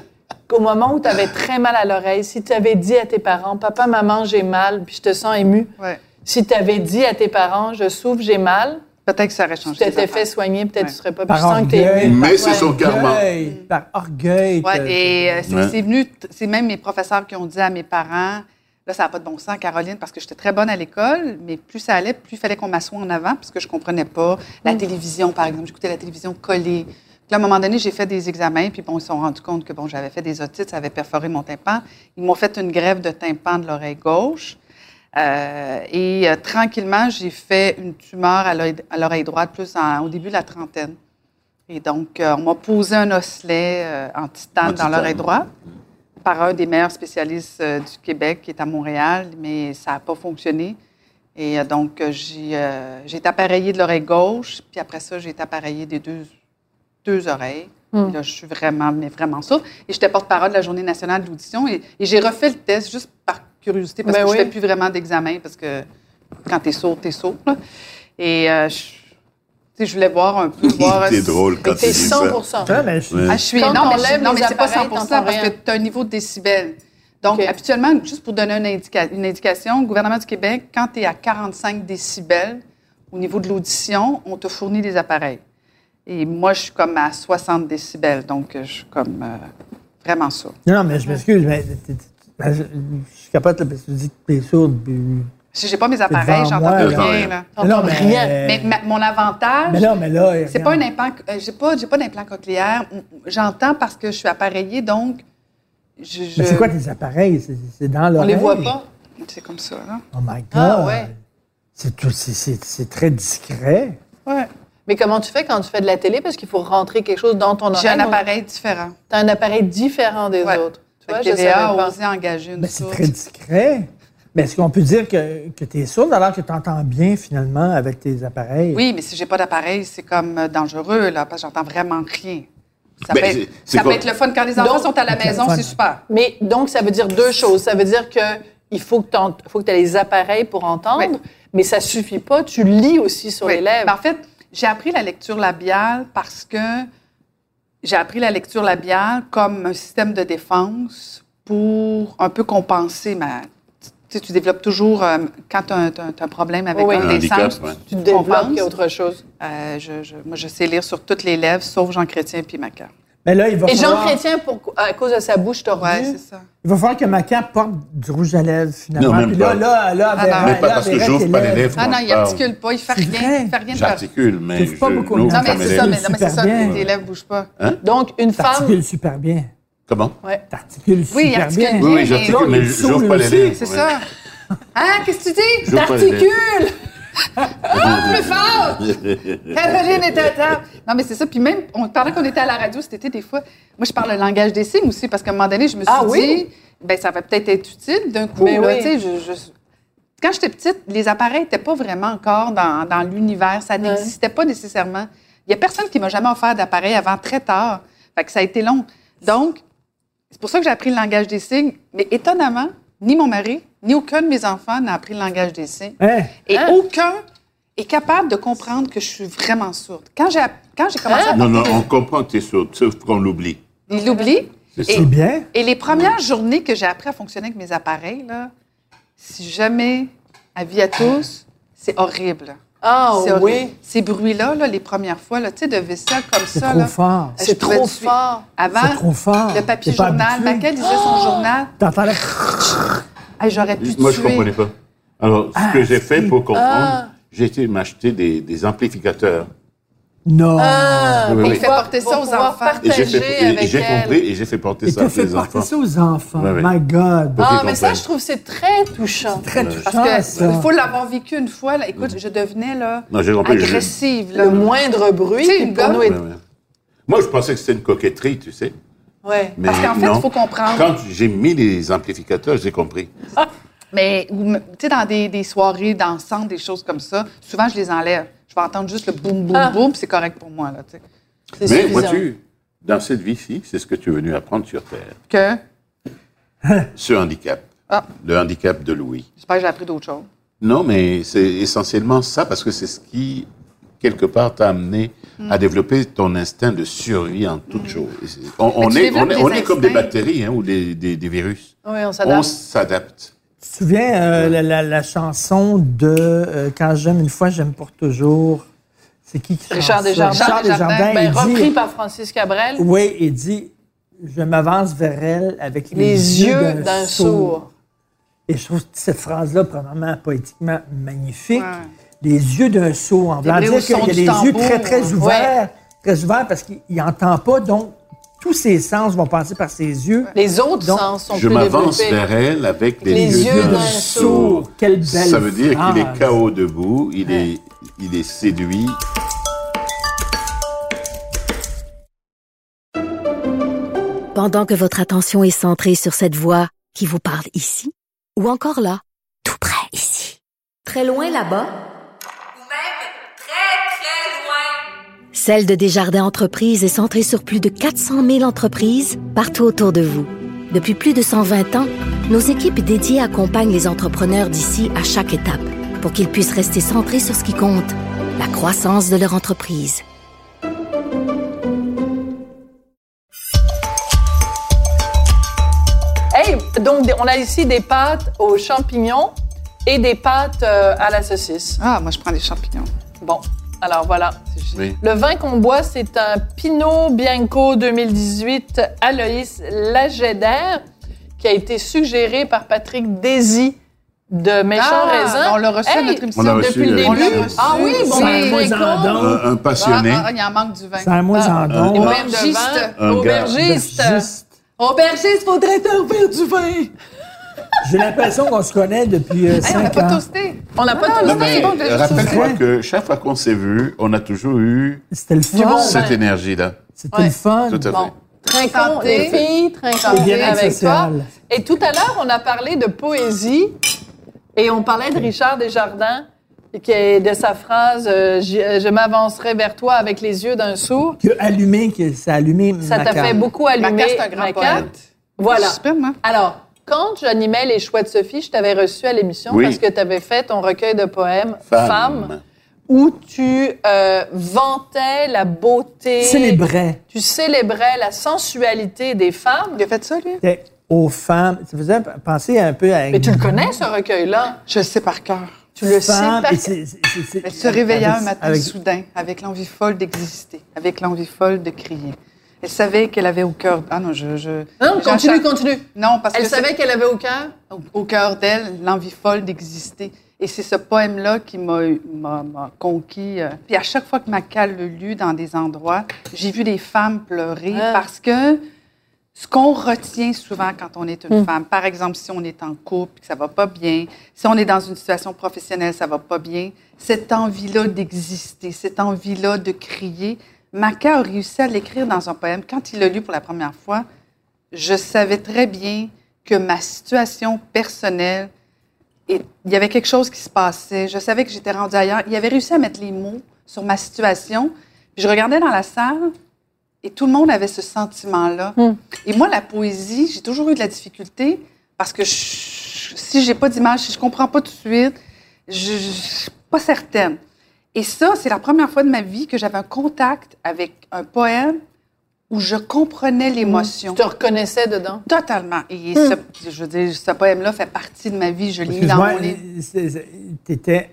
Speaker 2: au moment où tu avais très mal à l'oreille, si tu avais dit à tes parents, papa, maman, j'ai mal, puis je te sens ému,
Speaker 4: Ouais.
Speaker 2: si tu avais dit à tes parents, je souffre, j'ai mal,
Speaker 4: Peut-être que ça aurait changé.
Speaker 2: tu
Speaker 4: les
Speaker 2: t'étais
Speaker 4: affaires.
Speaker 2: fait soigner, peut-être
Speaker 4: Ouais.
Speaker 2: tu serais pas
Speaker 7: Par
Speaker 2: plus que t'es
Speaker 7: orgueil.
Speaker 2: ému.
Speaker 5: Mais
Speaker 2: Ouais.
Speaker 5: c'est son karma.
Speaker 7: Orgueil, par orgueil.
Speaker 4: Ouais,
Speaker 7: que-
Speaker 4: et euh, c'est
Speaker 5: Ouais.
Speaker 4: c'est venu, t- c'est même mes professeurs qui ont dit à mes parents, là, ça n'a pas de bon sens, Caroline, parce que j'étais très bonne à l'école, mais plus ça allait, plus il fallait qu'on m'assoie en avant, parce que je ne comprenais pas la télévision, par exemple. J'écoutais la télévision collée. Puis là, à un moment donné, j'ai fait des examens, puis bon, ils se sont rendus compte que bon, j'avais fait des otites, ça avait perforé mon tympan. Ils m'ont fait une grève de tympan de l'oreille gauche. Euh, et euh, tranquillement, j'ai fait une tumeur à l'oreille à l'oreille droite, plus en- au début de la trentaine. Et donc, euh, on m'a posé un osselet euh, en
Speaker 5: En
Speaker 4: titane dans
Speaker 5: titane.
Speaker 4: l'oreille droite par un des meilleurs spécialistes euh, du Québec qui est à Montréal, mais ça n'a pas fonctionné. Et euh, donc, euh, j'ai euh, j'ai été appareillée de l'oreille gauche, puis après ça, j'ai été appareillée des deux, deux oreilles.
Speaker 2: Hmm.
Speaker 4: Et Là, je suis vraiment, mais vraiment sourde. Et j'étais porte-parole de la Journée nationale de l'audition et, et j'ai refait le test juste par curiosité parce
Speaker 2: Ben
Speaker 4: que
Speaker 2: oui.
Speaker 4: je fais plus vraiment d'examen parce que quand t'es sourd, t'es sourd. là. Et euh, je, tu sais, je voulais voir
Speaker 5: [LAUGHS]
Speaker 4: un peu. voir
Speaker 5: C'est
Speaker 4: si-
Speaker 5: drôle quand tu
Speaker 2: T'es
Speaker 5: dis ça.
Speaker 2: 100
Speaker 7: Ah, mais je-
Speaker 5: Ouais.
Speaker 4: ah, je suis.
Speaker 2: Quand
Speaker 4: non, mais,
Speaker 2: t'enlèves
Speaker 4: je- non,
Speaker 2: les
Speaker 4: mais c'est pas
Speaker 2: appareils,
Speaker 4: 100
Speaker 2: t'entends
Speaker 4: parce que
Speaker 2: rien.
Speaker 4: tu as un niveau de décibels. Donc,
Speaker 2: OK.
Speaker 4: habituellement, juste pour donner une, indica- une indication, le gouvernement du Québec, quand tu es à 45 décibels au niveau de l'audition, on te fournit des appareils. Et moi, je suis comme à 60 décibels. Donc, euh, je suis comme euh, vraiment sourde.
Speaker 7: Non, non, mais je m'excuse, mais t'es- t'es- t'es- je je capote là, parce que tu dis que t'es sourde. puis-
Speaker 4: Si j'ai pas mes
Speaker 7: devant
Speaker 4: appareils, j'entends
Speaker 7: moi,
Speaker 4: plus
Speaker 5: là.
Speaker 4: rien. là.
Speaker 7: Mais non, mais,
Speaker 2: rien.
Speaker 4: Mais ma- mon avantage,
Speaker 7: mais là, mais là,
Speaker 4: c'est
Speaker 7: regarde.
Speaker 4: pas un implant, euh, j'ai pas, j'ai pas d'implant cochléaire. J'entends parce que je suis appareillée, donc je.
Speaker 7: Mais
Speaker 4: je-
Speaker 7: c'est quoi tes appareils? C'est- C'est dans
Speaker 2: On
Speaker 7: l'oreille?
Speaker 2: les voit pas.
Speaker 4: C'est comme ça. Là.
Speaker 7: Oh my God.
Speaker 2: Ah, ouais.
Speaker 3: C'est tout- c'est- c'est- c'est très discret.
Speaker 4: Ouais.
Speaker 2: Mais comment tu fais quand tu fais de la télé? Parce qu'il faut rentrer quelque chose dans ton oreille.
Speaker 4: J'ai un
Speaker 2: donc
Speaker 4: appareil différent.
Speaker 2: T'as un appareil différent des
Speaker 4: Ouais.
Speaker 2: autres. Tu
Speaker 4: Fait
Speaker 2: vois,
Speaker 4: que
Speaker 2: je savais
Speaker 4: TVA a
Speaker 2: pas.
Speaker 4: osé engager une
Speaker 3: Ben, c'est
Speaker 4: source.
Speaker 3: très discret. Mais est-ce qu'on peut dire que, que tu es sourde alors que tu entends bien finalement avec tes appareils?
Speaker 4: Oui, mais si j'ai pas d'appareil, c'est comme euh, dangereux, là, parce que j'entends vraiment rien. Ça,
Speaker 5: Ben,
Speaker 4: peut,
Speaker 5: c'est-
Speaker 4: être,
Speaker 5: c'est
Speaker 4: ça peut
Speaker 5: quoi?
Speaker 4: être le fun quand les enfants
Speaker 2: Donc-
Speaker 4: sont à la
Speaker 3: C'est le
Speaker 4: maison,
Speaker 3: fun.
Speaker 4: c'est super.
Speaker 2: Mais donc, ça veut dire deux choses. Ça veut dire que il faut que tu aies les appareils pour entendre,
Speaker 4: Oui.
Speaker 2: mais ça suffit pas. Tu lis aussi sur
Speaker 4: Oui.
Speaker 2: les lèvres.
Speaker 4: Ben, en fait, j'ai appris la lecture labiale parce que j'ai appris la lecture labiale comme un système de défense pour un peu compenser ma. Tu sais, tu développes toujours, euh, quand tu as, un problème avec
Speaker 2: Oui.
Speaker 4: un,
Speaker 2: Un
Speaker 4: des
Speaker 5: handicap,
Speaker 4: sens,
Speaker 5: ouais.
Speaker 4: tu te
Speaker 2: Développe
Speaker 4: développes.
Speaker 2: qu'il y a autre chose.
Speaker 4: Euh, je, je- moi, je sais lire sur toutes les lèvres, sauf Jean Chrétien puis Maca.
Speaker 3: Mais là, il va,
Speaker 2: Et Jean
Speaker 3: falloir,
Speaker 2: Chrétien, pour, à cause de sa bouche tordue,
Speaker 4: Ouais, c'est ça.
Speaker 3: il va falloir que ma cape porte du rouge à lèvres finalement.
Speaker 5: Non, même
Speaker 3: Puis
Speaker 5: pas.
Speaker 3: là, là, là,
Speaker 4: Ah, non.
Speaker 3: Vera-
Speaker 4: Même
Speaker 5: pas
Speaker 3: là,
Speaker 5: parce que
Speaker 3: Vera,
Speaker 5: j'ouvre
Speaker 3: tes
Speaker 5: pas les
Speaker 3: lèvres.
Speaker 5: lèvres.
Speaker 4: Ah
Speaker 5: Moi,
Speaker 4: non,
Speaker 5: je
Speaker 4: il
Speaker 5: parle.
Speaker 4: articule pas, il fait
Speaker 3: C'est
Speaker 4: rien,
Speaker 3: vrai.
Speaker 4: il fait rien de
Speaker 5: J'articule, mais
Speaker 3: T'ouvres pas
Speaker 5: je
Speaker 3: beaucoup,
Speaker 5: n'ouvre
Speaker 4: Non, mais
Speaker 5: pas mes
Speaker 4: c'est ça,
Speaker 5: lèvres.
Speaker 4: mais, non, mais c'est ça,
Speaker 3: Super bien.
Speaker 4: tes lèvres bougent pas.
Speaker 2: donc une
Speaker 4: Ah,
Speaker 2: femme.
Speaker 3: T'articules super bien.
Speaker 5: Comment
Speaker 2: Ouais.
Speaker 3: T'articules
Speaker 4: Oui, il
Speaker 3: super
Speaker 4: articule
Speaker 3: bien.
Speaker 4: bien.
Speaker 5: Oui,
Speaker 4: mais-
Speaker 5: oui, j'articule, mais je
Speaker 3: saoul
Speaker 5: n'ouvre pas les
Speaker 3: aussi,
Speaker 5: lèvres.
Speaker 4: C'est
Speaker 5: ouais.
Speaker 4: ça? [LAUGHS] Hein, qu'est-ce que tu dis? Ah,
Speaker 5: J'ouvre pas les lèvres.
Speaker 4: plus fort! Caroline est à table. Non, mais c'est ça. Puis même, on parlait qu'on était à la radio cet été, des fois. Moi, je parle le langage des signes aussi, parce qu'à un moment donné, je me suis
Speaker 2: Ah oui?
Speaker 4: dit, ben ça va peut-être être utile d'un coup.
Speaker 2: Mais
Speaker 4: là,
Speaker 2: oui.
Speaker 4: tu sais, je- je- Quand j'étais petite, les appareils n'étaient pas vraiment encore dans, dans l'univers. Ça n'existait pas nécessairement. Il n'y a personne qui m'a jamais offert d'appareil avant très tard. Fait que ça a été long. Donc, c'est pour ça que j'ai appris le langage des signes. Mais étonnamment, ni mon mari, ni aucun de mes enfants n'a appris le langage des signes.
Speaker 3: Hein?
Speaker 4: Et aucun est capable de comprendre que je suis vraiment sourde. Quand j'ai, app- quand j'ai commencé
Speaker 2: Hein?
Speaker 4: à
Speaker 5: Non, non, on comprend que tu es sourde, sauf qu'on l'oublie.
Speaker 4: il l'oublie.
Speaker 5: C'est ça.
Speaker 3: C'est
Speaker 4: Et,
Speaker 3: bien.
Speaker 4: et les premières journées que j'ai appris à fonctionner avec mes appareils, là, si jamais, avis à tous, c'est horrible.
Speaker 2: Ah
Speaker 4: c'est horrible.
Speaker 2: oui.
Speaker 4: Ces bruits-là, là, les premières fois, là, tu sais, de vaisselle comme
Speaker 3: C'est
Speaker 4: ça.
Speaker 3: trop
Speaker 4: là,
Speaker 3: fort.
Speaker 4: je
Speaker 2: C'est
Speaker 4: trouvais
Speaker 2: trop
Speaker 4: du-
Speaker 2: fort. Oh!
Speaker 4: Avant,
Speaker 3: C'est trop fort.
Speaker 4: le papier
Speaker 3: T'es pas
Speaker 4: journal,
Speaker 3: habitué.
Speaker 4: Maca lisait son journal.
Speaker 3: T'entends là.
Speaker 4: Hey, j'aurais pu
Speaker 5: Moi,
Speaker 4: tuer.
Speaker 5: je ne comprenais pas. Alors, ce que j'ai fait pour comprendre,
Speaker 2: Ah.
Speaker 5: j'ai été m'acheter des, des amplificateurs.
Speaker 3: Non.
Speaker 2: Ah,
Speaker 5: Oui, oui,
Speaker 2: pour pouvoir-
Speaker 5: oui.
Speaker 4: Il fait porter ça
Speaker 2: pour
Speaker 4: aux
Speaker 2: pouvoir
Speaker 4: enfants.
Speaker 5: Et j'ai
Speaker 2: Partager
Speaker 5: fait- et- et
Speaker 2: avec
Speaker 5: j'ai
Speaker 2: elle.
Speaker 5: compris et j'ai fait porter
Speaker 3: Et
Speaker 5: ça
Speaker 3: t'as
Speaker 5: à
Speaker 3: fait
Speaker 5: des
Speaker 3: porter
Speaker 5: enfants.
Speaker 3: ça aux enfants.
Speaker 5: Ouais, ouais.
Speaker 3: My God.
Speaker 5: Pour qu'ils
Speaker 2: Ah, mais ça,
Speaker 5: comprennent.
Speaker 2: je trouve que c'est très touchant.
Speaker 3: Très touchant,
Speaker 4: Parce que
Speaker 2: Ah,
Speaker 3: ça.
Speaker 4: il faut l'avoir vécu une fois. là. Écoute, je devenais là,
Speaker 5: Non, j'ai compris, je-
Speaker 4: agressive. là.
Speaker 2: Le moindre bruit,
Speaker 4: Tu sais,
Speaker 2: puis
Speaker 4: une
Speaker 2: pour
Speaker 4: gomme.
Speaker 2: nous, est-
Speaker 5: Ouais, ouais. Moi, je pensais que c'était une coquetterie, tu sais.
Speaker 2: ouais.
Speaker 5: Mais
Speaker 4: Parce qu'en fait,
Speaker 5: non.
Speaker 4: il faut comprendre.
Speaker 5: Quand j'ai mis les amplificateurs, j'ai compris.
Speaker 4: Mais, ou me- tu sais, dans des, des soirées dansantes, des choses comme ça, souvent, je les enlève. Je vais entendre juste le boum, boum,
Speaker 2: Ah.
Speaker 4: boum, puis c'est correct pour moi, là, tu sais.
Speaker 2: c'est
Speaker 5: Mais
Speaker 2: suffisant.
Speaker 5: vois-tu, dans cette vie-ci, c'est ce que tu es venu apprendre sur Terre.
Speaker 4: Que,
Speaker 5: Ce handicap.
Speaker 4: Ah.
Speaker 5: Le handicap de Louis.
Speaker 4: j'espère que j'ai appris d'autres choses.
Speaker 5: Non, mais c'est essentiellement ça, parce que c'est ce qui, quelque part, t'a amené à développer ton instinct de survie en toute chose. Et c'est- On, on
Speaker 4: Mais tu
Speaker 5: est,
Speaker 4: développes
Speaker 5: on est-
Speaker 4: des
Speaker 5: on est comme des
Speaker 4: instincts.
Speaker 5: bactéries hein, ou des, des- des virus.
Speaker 2: Oui, on
Speaker 5: On
Speaker 2: s'adapte.
Speaker 5: s'adapte.
Speaker 3: Tu te souviens euh, la, la- la chanson de euh, Quand j'aime une fois, j'aime pour toujours. C'est qui qui chante
Speaker 2: Richard
Speaker 3: ça?
Speaker 2: Desjardins.
Speaker 3: Richard Desjardins.
Speaker 2: Ben,
Speaker 3: il dit,
Speaker 2: repris par Francis Cabrel.
Speaker 3: Oui, il dit Je m'avance vers elle avec les,
Speaker 2: Les yeux d'un sourd.
Speaker 3: Et je trouve cette phrase-là, premièrement, poétiquement magnifique. Les yeux d'un sourd. En voulant
Speaker 4: blés au
Speaker 3: dire qu'il
Speaker 4: son
Speaker 3: y a
Speaker 4: du
Speaker 3: les yeux
Speaker 4: tambour,
Speaker 3: très, très
Speaker 4: hein.
Speaker 3: ouverts. Très ouverts parce qu'il n'entend pas, donc tous ses sens vont passer par ses yeux.
Speaker 2: Les autres
Speaker 3: Donc,
Speaker 2: sens sont
Speaker 5: Je
Speaker 2: plus
Speaker 5: m'avance
Speaker 2: développés.
Speaker 5: vers elle avec les,
Speaker 2: les yeux d'un
Speaker 3: sourd. Quelle belle
Speaker 5: Ça veut dire qu'il
Speaker 3: phrase.
Speaker 5: est KO debout, il, est, il est séduit.
Speaker 8: Pendant que votre attention est centrée sur cette voix qui vous parle ici, ou encore là, tout près ici, très loin là-bas, Celle de Desjardins Entreprises est centrée sur plus de 400 000 entreprises partout autour de vous. Depuis plus de 120 ans, nos équipes dédiées accompagnent les entrepreneurs d'ici à chaque étape pour qu'ils puissent rester centrés sur ce qui compte, la croissance de leur entreprise.
Speaker 2: Hey, donc des- on a ici des pâtes aux champignons et des pâtes euh, à la saucisse.
Speaker 4: Ah, moi, je prends des champignons.
Speaker 2: Bon, alors voilà.
Speaker 5: Oui.
Speaker 2: Le vin qu'on boit, c'est un Pinot Bianco 2018 Aloïs Lagédère qui a été suggéré par Patrick Désy de Méchant
Speaker 4: Ah,
Speaker 2: Raisin.
Speaker 4: on l'a reçu à
Speaker 2: Hey,
Speaker 4: notre émission.
Speaker 5: On l'a reçu,
Speaker 2: depuis le
Speaker 5: euh,
Speaker 4: On l'a
Speaker 2: début.
Speaker 5: émission.
Speaker 4: reçu.
Speaker 2: Ah oui, bon,
Speaker 4: C'est-
Speaker 2: ben,
Speaker 3: moi,
Speaker 2: c'est
Speaker 3: j'en
Speaker 2: con.
Speaker 3: donne.
Speaker 5: Un, un
Speaker 4: Ah,
Speaker 5: passionné.
Speaker 4: ah, il en manque du vin.
Speaker 3: C'est à moi,
Speaker 5: Ah.
Speaker 3: j'en donne.
Speaker 2: Au
Speaker 5: Un
Speaker 2: verre de
Speaker 4: Aubergiste.
Speaker 2: vin.
Speaker 5: Un gars.
Speaker 2: Aubergiste.
Speaker 3: Juste.
Speaker 2: Aubergiste, faudrait t'en faire du vin.
Speaker 3: J'ai l'impression qu'on se connaît depuis
Speaker 4: Hey, Ah, on n'a
Speaker 3: 5
Speaker 4: pas
Speaker 3: ans.
Speaker 4: toasté.
Speaker 2: On n'a pas
Speaker 4: Non,
Speaker 2: tout
Speaker 4: non,
Speaker 2: le
Speaker 4: mais-
Speaker 2: temps.
Speaker 4: bon, je-
Speaker 5: Rappelle-toi que chaque fois qu'on s'est vu, on a toujours eu
Speaker 3: C'était le fun.
Speaker 2: bon.
Speaker 5: cette
Speaker 2: Ouais.
Speaker 5: énergie-là.
Speaker 3: C'était
Speaker 2: Ouais.
Speaker 3: le fun.
Speaker 5: Tout à
Speaker 2: Bon.
Speaker 5: fait.
Speaker 2: Trinquons
Speaker 4: Santé.
Speaker 2: les filles,
Speaker 3: Le
Speaker 2: trinquons
Speaker 3: bien-être
Speaker 2: avec
Speaker 3: social.
Speaker 2: toi. Et tout à l'heure, on a parlé de poésie et on parlait de Richard Desjardins qui est de sa phrase euh, J'y- euh, je, m'avancerai vers toi avec les yeux d'un sourd.
Speaker 3: Qui a allumé, qui ça a allumé
Speaker 2: Ça
Speaker 3: ma
Speaker 2: t'a fait
Speaker 3: carte.
Speaker 2: beaucoup allumer.
Speaker 4: Maca, c'est un grand
Speaker 2: Maca.
Speaker 4: poète.
Speaker 2: Voilà.
Speaker 4: Je suis peine, hein?
Speaker 2: Alors, quand j'animais Les Choix de Sophie, je t'avais reçu à l'émission
Speaker 5: Oui.
Speaker 2: parce que tu avais fait ton recueil de poèmes
Speaker 5: Femme.
Speaker 2: où tu euh, vantais la beauté.
Speaker 3: Célébrait.
Speaker 2: Tu célébrais la sensualité des femmes.
Speaker 4: Il a fait ça, lui?
Speaker 3: C'était aux femmes. Ça faisait penser un peu à une
Speaker 2: Mais tu le connais, ce recueil-là?
Speaker 4: Je le sais par cœur.
Speaker 2: Tu le sais
Speaker 3: femme.
Speaker 2: par-
Speaker 3: et c'est- c'est- c'est- c'est-
Speaker 4: Elle se réveilla
Speaker 3: avec-
Speaker 4: un matin
Speaker 3: avec-
Speaker 4: soudain, avec l'envie folle d'exister, avec l'envie folle de crier. Elle savait qu'elle avait au cœur. Ah non, je. je
Speaker 2: Non,
Speaker 4: j'ai un
Speaker 2: continue,
Speaker 4: chat-
Speaker 2: continue.
Speaker 4: Non, parce
Speaker 2: Elle
Speaker 4: que
Speaker 2: savait qu'elle avait au cœur.
Speaker 4: c'est- au- au cœur d'elle l'envie folle d'exister. Et c'est ce poème-là qui m'a- m'a m'a conquis. euh. Puis à chaque fois que Maca le lut dans des endroits, j'ai vu des femmes pleurer
Speaker 2: Ah.
Speaker 4: parce que ce qu'on retient souvent quand on est une femme, par exemple, si on est en couple, que ça va pas bien, si on est dans une situation professionnelle, ça va pas bien, cette envie-là d'exister, cette envie-là de crier, Maca a réussi à l'écrire dans un poème. Quand il l'a lu pour la première fois, je savais très bien que ma situation personnelle, et il y avait quelque chose qui se passait. Je savais que j'étais rendue ailleurs. Il avait réussi à mettre les mots sur ma situation. Puis je regardais dans la salle, et tout le monde avait ce sentiment-là. Et moi, la poésie, j'ai toujours eu de la difficulté parce que je- si j'ai pas d'image, si je comprends pas tout de suite, je, je- je suis pas certaine. Et ça, c'est la première fois de ma vie que j'avais un contact avec un poème où je comprenais
Speaker 2: Tu
Speaker 4: l'émotion.
Speaker 2: te reconnaissais dedans.
Speaker 4: Totalement. Et ce, je veux dire, ce poème-là fait partie de ma vie. Je l'ai mis dans
Speaker 3: Excuse-moi,
Speaker 4: mon livre.
Speaker 3: c'est- c'est- t'étais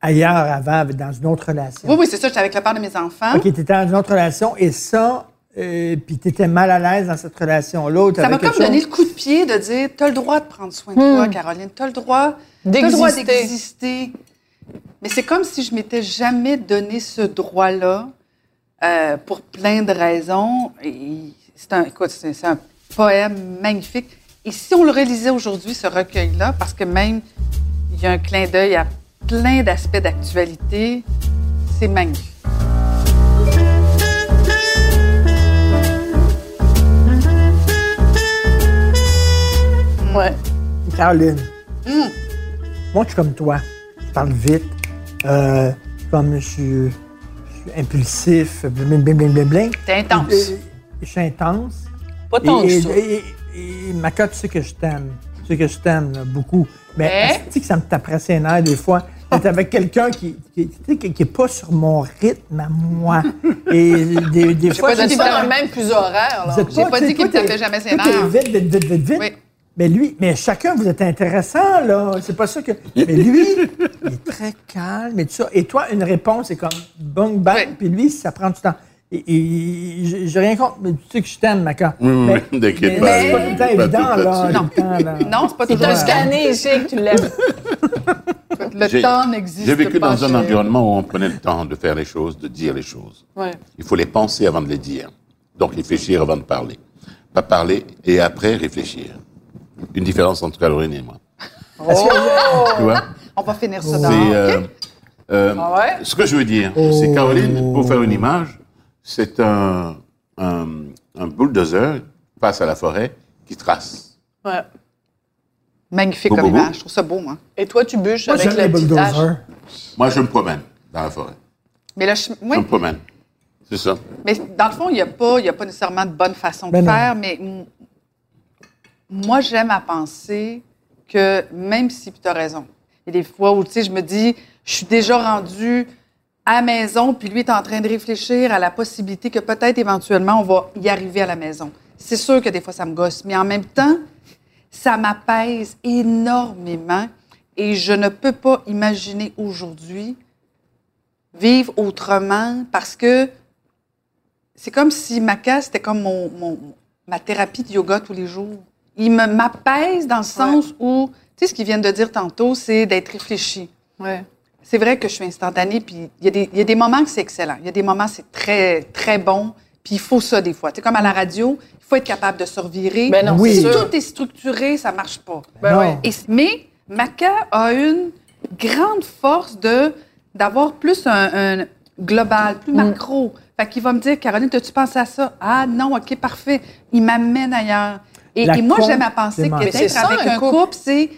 Speaker 3: ailleurs avant, dans une autre relation.
Speaker 4: Oui, oui, c'est ça. J'étais avec le père de mes enfants.
Speaker 3: OK, t'étais dans une autre relation et ça, euh, puis t'étais mal à l'aise dans cette relation-là. ou
Speaker 4: Ça
Speaker 3: t'avais
Speaker 4: m'a
Speaker 3: quelque
Speaker 4: comme donné
Speaker 3: chose-
Speaker 4: le coup de pied de dire T'as le droit de prendre soin de toi, Caroline. T'as le droit t'as le droit
Speaker 2: Hmm. D'exister.
Speaker 4: d'exister. Mais c'est comme si je m'étais jamais donné ce droit-là euh, pour plein de raisons. Et c'est un, écoute, c'est c'est un poème magnifique. Et si on le réalisait aujourd'hui, ce recueil-là, parce que même il y a un clin d'œil à plein d'aspects d'actualité, c'est magnifique.
Speaker 2: Ouais.
Speaker 3: Caroline,
Speaker 4: Hmm.
Speaker 3: moi, je suis comme toi. Je parle vite. Euh, je suis comme je suis, je suis impulsif, bling, bling, bling, bling, bling.
Speaker 4: C'est intense.
Speaker 3: Euh, Je suis intense.
Speaker 2: Pas
Speaker 3: Et,
Speaker 2: tant que
Speaker 3: et-
Speaker 2: ça.
Speaker 3: et- et- et Maca, tu sais que je t'aime. Tu sais que je t'aime là, beaucoup.
Speaker 4: Hein?
Speaker 3: Mais tu sais que ça me taperait ses nerfs des fois. T'es avec quelqu'un qui qui, tu sais, qui, qui est pas sur mon rythme à moi. Et des, des fois,
Speaker 2: Vous
Speaker 4: dit
Speaker 2: n'êtes
Speaker 4: que
Speaker 2: pas dans
Speaker 4: t'as-
Speaker 2: le même plus horaire, là.
Speaker 3: vous êtes
Speaker 4: J'ai pas
Speaker 3: tu sais,
Speaker 4: dit qu'il
Speaker 3: toi,
Speaker 4: me tapait
Speaker 3: t'es-
Speaker 4: jamais ses
Speaker 3: toi, t'es
Speaker 4: nerves.
Speaker 3: vite, vite, vite, vite, vite.
Speaker 4: Oui.
Speaker 3: Mais lui, mais chacun, vous êtes intéressant, là. C'est pas ça que. Mais lui, il est très calme et tout ça. Et toi, une réponse, c'est comme bang, bang,
Speaker 4: Oui.
Speaker 3: puis lui, ça prend du temps. Et, et- j'ai- j'ai rien contre, mais tu sais que je t'aime, Maca.
Speaker 5: Oui, oui,
Speaker 3: Mais-
Speaker 5: oui, [LAUGHS] t'inquiète
Speaker 3: mais
Speaker 5: pas.
Speaker 3: C'est pas tout le temps
Speaker 5: Pas tout
Speaker 3: évident,
Speaker 5: le temps
Speaker 3: là.
Speaker 5: dessus.
Speaker 3: tout le temps,
Speaker 4: [LAUGHS]
Speaker 3: là.
Speaker 4: Non, c'est pas
Speaker 2: C'est
Speaker 4: toujours
Speaker 2: un [LAUGHS]
Speaker 4: un-
Speaker 2: scanné, je sais que tu l'aimes.
Speaker 4: Le
Speaker 5: J'ai-
Speaker 4: temps n'existe pas.
Speaker 5: J'ai vécu dans un
Speaker 4: chez-
Speaker 5: environnement où on prenait le temps de faire les choses, de dire les choses.
Speaker 2: Ouais.
Speaker 5: Il faut les penser avant de les dire. Donc réfléchir avant de parler. Pas parler et après réfléchir. Une différence entre Caroline et moi. Oh. Tu vois
Speaker 4: On va finir ça
Speaker 5: C'est,
Speaker 4: dans.
Speaker 5: euh, euh,
Speaker 2: Ah ouais? Oh.
Speaker 5: Ce que je veux dire, c'est Caroline, pour faire une image, c'est un, un, un bulldozer qui passe à la forêt, qui trace.
Speaker 2: Ouais.
Speaker 4: Magnifique
Speaker 5: Beau,
Speaker 4: comme
Speaker 5: beau, beau.
Speaker 4: image. Je trouve ça beau, moi.
Speaker 2: Et toi, tu bûches
Speaker 3: Moi,
Speaker 2: avec
Speaker 3: j'aime les
Speaker 2: le petit tache.
Speaker 3: bulldozers.
Speaker 5: Moi, je me promène dans la forêt.
Speaker 4: Mais, le chem-
Speaker 5: Je
Speaker 4: oui,
Speaker 5: me promène. C'est ça.
Speaker 4: mais dans le fond, il n'y a, pas- il y a pas nécessairement de bonne façon de
Speaker 3: Ben non.
Speaker 4: faire, mais m- moi, j'aime à penser que même si tu as raison, il y a des fois où tu sais, je me dis, je suis déjà rendue à la maison, puis lui est en train de réfléchir à la possibilité que peut-être éventuellement on va y arriver à la maison. C'est sûr que des fois, ça me gosse, mais en même temps, ça m'apaise énormément et je ne peux pas imaginer aujourd'hui vivre autrement parce que c'est comme si ma casse, c'était comme mon, mon- ma thérapie de yoga tous les jours. Il me- m'apaise dans le sens où, tu sais, ce qu'ils viennent de dire tantôt, c'est d'être réfléchi.
Speaker 2: Ouais.
Speaker 4: C'est vrai que je suis instantanée, puis il y, a des- il y a des moments que c'est excellent. Il y a des moments que c'est très, très bon, Puis il faut ça des fois. C'est comme à la radio, il faut être capable de se revirer.
Speaker 2: Ben non,
Speaker 3: Oui.
Speaker 4: Si
Speaker 2: c'est sûr.
Speaker 4: tout est structuré, ça marche pas.
Speaker 3: Ben non.
Speaker 4: Et- mais Maca a une grande force de d'avoir plus un, un global, plus
Speaker 3: Mm.
Speaker 4: macro. Fait qu'il va me dire, Caroline, as-tu pensé à ça? Ah non, OK, parfait. Il m'amène ailleurs. Et,
Speaker 3: La
Speaker 4: et moi, j'aime à penser que
Speaker 3: complémentaire.
Speaker 2: Mais c'est ça,
Speaker 4: d'être avec
Speaker 2: un
Speaker 4: un couple, c'est...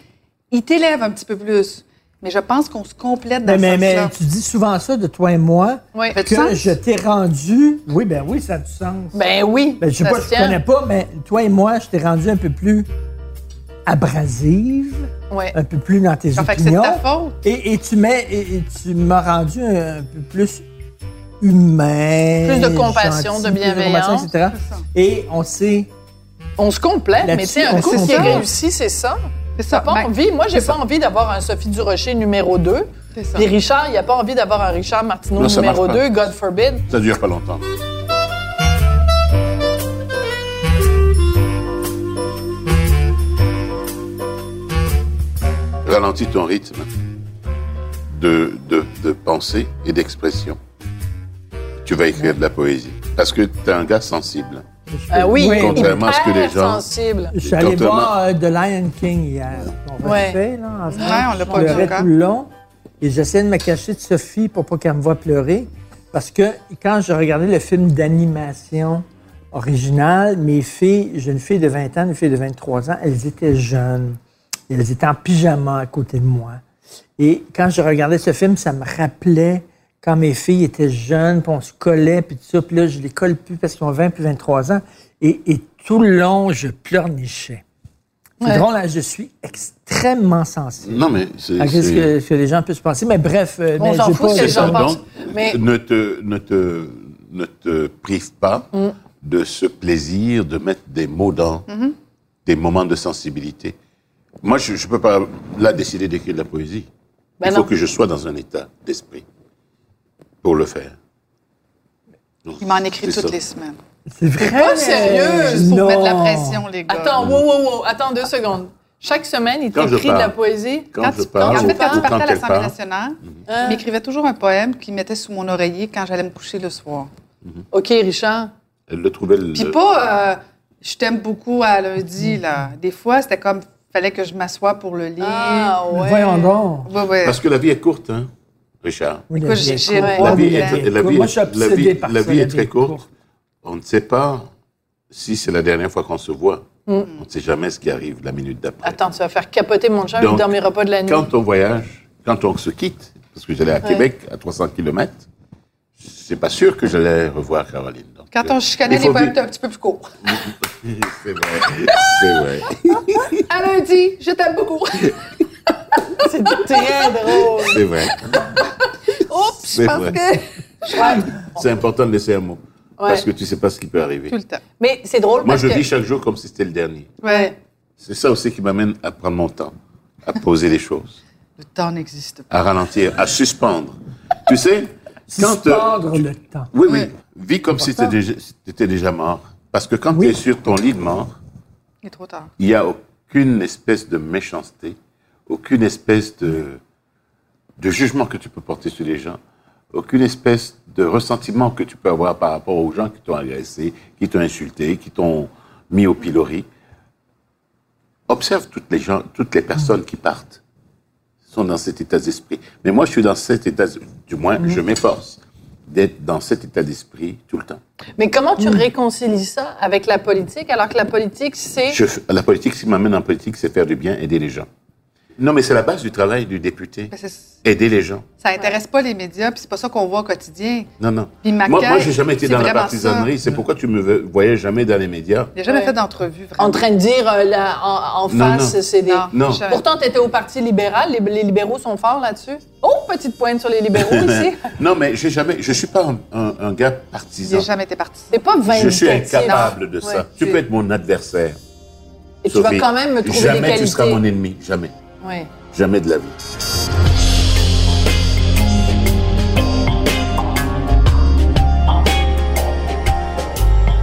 Speaker 4: Il t'élève un petit peu plus. Mais je pense qu'on se complète dans
Speaker 3: Mais, mais,
Speaker 4: ce
Speaker 3: mais
Speaker 4: sens-là.
Speaker 3: tu dis souvent ça de toi et moi.
Speaker 2: Oui.
Speaker 4: Fait du
Speaker 3: Que
Speaker 4: sens?
Speaker 3: je t'ai rendu. Oui, ben oui, ça a du sens.
Speaker 2: Ben oui.
Speaker 3: Ben, je sais
Speaker 2: ça
Speaker 3: pas,
Speaker 2: se
Speaker 3: je
Speaker 2: tient.
Speaker 3: connais pas, mais toi et moi, je t'ai rendu un peu plus abrasive,
Speaker 2: Ouais.
Speaker 3: un peu plus dans tes
Speaker 4: Ça fait que c'est de
Speaker 3: opinions.
Speaker 4: ta faute.
Speaker 3: Et, et tu mets, et, et tu m'as rendu un, peu plus humain,
Speaker 2: Plus de compassion, de
Speaker 3: plus
Speaker 2: bienveillance.
Speaker 3: compassion, etc. Et on sait,
Speaker 2: On se complète, mais tu
Speaker 3: Là-dessus,
Speaker 2: sais, un
Speaker 3: on
Speaker 2: couple
Speaker 4: se
Speaker 2: qui est
Speaker 4: complète.
Speaker 2: réussi, c'est ça.
Speaker 4: C'est ça.
Speaker 2: T'as pas
Speaker 4: Ben,
Speaker 2: envie. Moi, j'ai pas envie d'avoir un Sophie Durocher numéro 2.
Speaker 4: c'est ça.
Speaker 2: Puis Richard, il a pas envie d'avoir un Richard Martineau
Speaker 5: Non, ça
Speaker 2: numéro
Speaker 5: marche pas.
Speaker 2: 2, God forbid.
Speaker 5: Ça dure pas longtemps. Ralentis ton rythme de, de, de pensée et d'expression. Tu vas écrire de la poésie. Parce que tu es un gars sensible.
Speaker 2: Ah oui,
Speaker 3: Euh, Oui.
Speaker 5: Contrairement à ce que les
Speaker 2: hyper
Speaker 5: gens-
Speaker 2: sensible.
Speaker 3: je suis allé
Speaker 5: Exactement.
Speaker 3: voir euh, The Lion King hier. On va
Speaker 2: Ouais.
Speaker 3: le faire, là, ensemble.
Speaker 4: Ouais, on l'a pas
Speaker 3: Je
Speaker 4: vu
Speaker 3: pleurais
Speaker 4: encore.
Speaker 3: tout le long. Et j'essayais de me cacher de Sophie pour pas qu'elle me voie pleurer. Parce que quand je regardais le film d'animation original, mes filles, j'ai une fille de 20 ans, une fille de 23 ans, elles étaient jeunes. Elles étaient en pyjama à côté de moi. Et quand je regardais ce film, ça me rappelait quand mes filles étaient jeunes, puis on se collait, puis tout ça. Puis là, je les colle plus parce qu'ils ont 20 puis 23 ans. Et, et tout le long, je pleurnichais. C'est
Speaker 2: Ouais.
Speaker 3: drôle, hein, je suis extrêmement sensible
Speaker 5: Non, mais c'est.
Speaker 3: à ce
Speaker 5: Ah, c'est-
Speaker 3: Ah, que, ce que les gens puissent penser. Mais bref, euh,
Speaker 2: On
Speaker 3: mais
Speaker 2: s'en
Speaker 3: j'ai
Speaker 2: fout
Speaker 3: pas-
Speaker 2: ce que les gens
Speaker 5: Donc,
Speaker 2: pensent. Mais
Speaker 5: ne te, ne te, ne te prive pas
Speaker 4: Mm.
Speaker 5: de ce plaisir de mettre des mots dans
Speaker 4: Mm-hmm.
Speaker 5: des moments de sensibilité. Moi, je ne peux pas, là, décider d'écrire de la poésie.
Speaker 2: Ben
Speaker 5: Il faut
Speaker 2: non.
Speaker 5: que je sois dans un état d'esprit pour le faire.
Speaker 4: Il m'en écrit
Speaker 5: C'est
Speaker 4: toutes
Speaker 5: ça.
Speaker 4: les semaines.
Speaker 3: C'est vrai.
Speaker 2: pas sérieux,
Speaker 4: Juste pour
Speaker 3: Non.
Speaker 4: mettre la pression, les gars.
Speaker 2: attends, wow, wow, wow, attends deux secondes. Chaque semaine, il
Speaker 5: Quand je
Speaker 2: t'écrit de la
Speaker 5: parle.
Speaker 2: poésie.
Speaker 5: Ben, Quand,
Speaker 4: Quand
Speaker 5: je
Speaker 4: tu- en
Speaker 5: parle,
Speaker 4: fait, quand
Speaker 5: ou
Speaker 4: je partais à
Speaker 5: elle Mhm.
Speaker 4: l'Assemblée
Speaker 5: parle,
Speaker 4: nationale,
Speaker 2: Ah.
Speaker 4: il m'écrivait toujours un poème qu'il mettait sous mon oreiller quand j'allais me coucher le soir.
Speaker 2: OK, Richard.
Speaker 5: elle le trouvait le-
Speaker 4: Puis pas euh, je t'aime beaucoup à lundi,
Speaker 5: Mhm.
Speaker 4: là. Des fois, c'était comme fallait que je m'assoie pour le lire.
Speaker 2: Ah, ouais.
Speaker 3: Voyons donc.
Speaker 4: Ouais, ouais.
Speaker 5: Parce que la vie est courte, hein, Richard.
Speaker 3: Oui, la
Speaker 4: Écoute,
Speaker 3: vie
Speaker 4: j'ai-
Speaker 3: est
Speaker 4: j'ai-
Speaker 3: courte.
Speaker 4: Ouais,
Speaker 5: La
Speaker 4: oui,
Speaker 5: vie
Speaker 4: la vie
Speaker 5: est, la vie
Speaker 3: Oh, Moi,
Speaker 5: est-
Speaker 3: je suis
Speaker 5: la vie-
Speaker 3: obsédé par
Speaker 5: la
Speaker 3: ça,
Speaker 5: vie
Speaker 3: la
Speaker 5: est très courte. On ne sait pas si c'est la dernière fois qu'on se voit. On ne sait jamais ce qui arrive la minute d'après.
Speaker 2: Attends, tu vas faire capoter mon chat, il ne
Speaker 5: Donc,
Speaker 2: dormira pas de la nuit.
Speaker 5: Quand on voyage, quand on se quitte, parce que j'allais à Québec, à 300 km, c'est pas sûr que j'allais revoir Caroline. Donc,
Speaker 4: Quand on
Speaker 5: euh,
Speaker 4: chicanait,
Speaker 5: il
Speaker 4: les
Speaker 5: faut
Speaker 4: poèmes
Speaker 5: vivre.
Speaker 4: étaient un petit peu plus courts.
Speaker 5: C'est vrai, c'est vrai.
Speaker 4: À lundi, je t'aime beaucoup.
Speaker 2: C'est très drôle.
Speaker 5: C'est vrai.
Speaker 4: Oups, je
Speaker 5: C'est
Speaker 4: pense
Speaker 5: vrai.
Speaker 4: que.
Speaker 5: [LAUGHS] C'est important de laisser un mot.
Speaker 2: Ouais.
Speaker 5: Parce que tu ne sais pas ce qui peut arriver.
Speaker 4: Tout le temps.
Speaker 2: Mais c'est drôle
Speaker 5: Moi,
Speaker 2: parce
Speaker 5: je
Speaker 2: que...
Speaker 5: vis chaque jour comme si c'était le dernier.
Speaker 4: Ouais.
Speaker 5: C'est ça aussi qui m'amène à prendre mon temps, à poser les choses,
Speaker 4: Le temps n'existe pas.
Speaker 5: à ralentir, à suspendre. Tu sais, quand. euh,
Speaker 3: Suspendre le temps.
Speaker 5: Oui, oui. Vis comme si tu étais, déjà mort. Parce que quand tu es sur ton lit de mort,
Speaker 4: Il est trop tard.
Speaker 5: il n'y a aucune espèce de méchanceté, aucune espèce de, de jugement que tu peux porter sur les gens, aucune espèce de ressentiment que tu peux avoir par rapport aux gens qui t'ont agressé, qui t'ont insulté, qui t'ont mis au pilori. Observe toutes les gens, toutes les personnes qui partent sont dans cet état d'esprit. Mais moi, je suis dans cet état, du moins, je m'efforce d'être dans cet état d'esprit tout le temps.
Speaker 2: Mais comment tu réconcilies ça avec la politique, alors que la politique, c'est...
Speaker 5: Je f- la politique, ce qui m'amène en politique, c'est faire du bien, aider les gens. Non, mais c'est la base du travail du député.
Speaker 4: Mais c'est-
Speaker 5: Aider les gens.
Speaker 4: Ça intéresse pas les médias, puis c'est pas ça qu'on voit au quotidien.
Speaker 5: Non, non.
Speaker 4: Puis
Speaker 5: moi,
Speaker 4: Macaire,
Speaker 5: moi, j'ai jamais été
Speaker 4: c'est
Speaker 5: dans la
Speaker 4: vraiment
Speaker 5: partisanerie. C'est pourquoi tu me ve- voyais jamais dans les médias.
Speaker 4: Il n'a jamais
Speaker 2: Ouais.
Speaker 4: fait d'entrevue, vraiment.
Speaker 2: En train de dire euh, la- en, en
Speaker 5: Non,
Speaker 2: face,
Speaker 5: non.
Speaker 2: c'est des...
Speaker 4: Non.
Speaker 5: Non.
Speaker 4: jamais.
Speaker 2: Pourtant, tu étais au Parti libéral. Les, les libéraux sont forts là-dessus. Oh, petite pointe sur les
Speaker 5: [LAUGHS]
Speaker 2: libéraux ici.
Speaker 5: Non, mais j'ai jamais. Je suis pas un, un- un gars
Speaker 4: Il
Speaker 5: partisan.
Speaker 4: n'a jamais été partisan.
Speaker 2: T'es pas
Speaker 5: Je
Speaker 2: vindicatif.
Speaker 5: suis incapable de ça.
Speaker 2: Ouais.
Speaker 5: tu peux être mon adversaire.
Speaker 2: Et tu vas
Speaker 5: Sophie.
Speaker 2: quand même me trouver des
Speaker 5: Jamais
Speaker 2: qualités.
Speaker 5: tu seras mon ennemi. Jamais.
Speaker 2: Ouais.
Speaker 5: Jamais de la vie.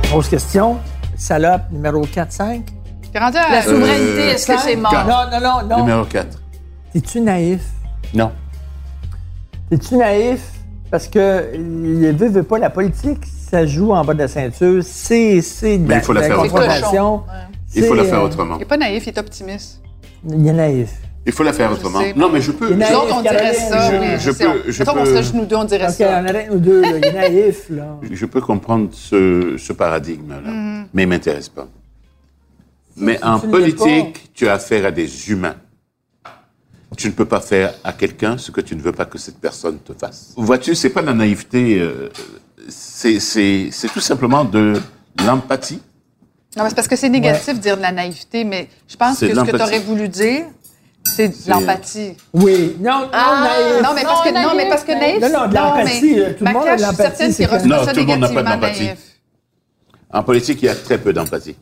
Speaker 3: Grosse question. Salope numéro 4-5.
Speaker 4: T'es rendu à...
Speaker 2: La souveraineté,
Speaker 5: Euh,
Speaker 2: est-ce que c'est mort?
Speaker 5: quatre.
Speaker 3: Non, non, non, non.
Speaker 5: Numéro 4.
Speaker 3: T'es-tu naïf?
Speaker 5: Non.
Speaker 3: T'es-tu naïf? Parce que il veut, veut pas la politique, ça ça joue en bas de la ceinture, c'est c'est de
Speaker 5: Mais
Speaker 3: la,
Speaker 5: il faut la
Speaker 3: de
Speaker 5: faire autrement.
Speaker 3: confrontation.
Speaker 5: Il
Speaker 3: C'est,
Speaker 5: faut la faire
Speaker 3: euh,
Speaker 5: autrement.
Speaker 4: Il n'est pas naïf, il est optimiste.
Speaker 3: Il est naïf.
Speaker 5: Il faut la faire autrement.
Speaker 4: sais.
Speaker 5: Non, mais je peux.
Speaker 3: Il y en a-
Speaker 4: Nous autres, on dirait ça.
Speaker 5: Je-
Speaker 4: mais
Speaker 5: je
Speaker 4: sais,
Speaker 5: peux-
Speaker 4: on-
Speaker 5: je
Speaker 4: mettons qu'on
Speaker 5: peux-
Speaker 4: serait genoux deux, on dirait
Speaker 3: Parce qu'il y
Speaker 4: ça.
Speaker 3: en a un ou deux, là, il est naïf. Là.
Speaker 5: Je, je peux comprendre ce, ce paradigme-là, mais il ne m'intéresse pas. Mais en
Speaker 3: Mhm. tu ne l'es
Speaker 5: politique, tu as affaire à des humains. Tu ne peux pas faire à quelqu'un ce que tu ne veux pas que cette personne te fasse. Vois-tu, c'est pas de la naïveté, euh, c'est- c'est c'est tout simplement de l'empathie.
Speaker 4: Non, mais c'est parce que c'est négatif de dire de la naïveté, mais je pense
Speaker 5: C'est
Speaker 4: que
Speaker 5: de
Speaker 4: ce que tu
Speaker 5: l'empathie.
Speaker 4: aurais voulu dire, c'est de l'empathie.
Speaker 3: Oui. Non, Ah, non, naïf.
Speaker 4: Ah. Non, mais parce que, non, mais parce que naïf.
Speaker 3: Non, non, de l'empathie, tout le monde a de
Speaker 4: je suis
Speaker 3: l'empathie,
Speaker 4: certaine
Speaker 3: c'est
Speaker 4: qu'il
Speaker 3: quand-
Speaker 4: reçoit
Speaker 5: Non,
Speaker 4: ça
Speaker 5: tout le monde n'a pas de
Speaker 4: négativement
Speaker 5: l'empathie.
Speaker 4: naïf.
Speaker 5: En politique, il y a très peu d'empathie.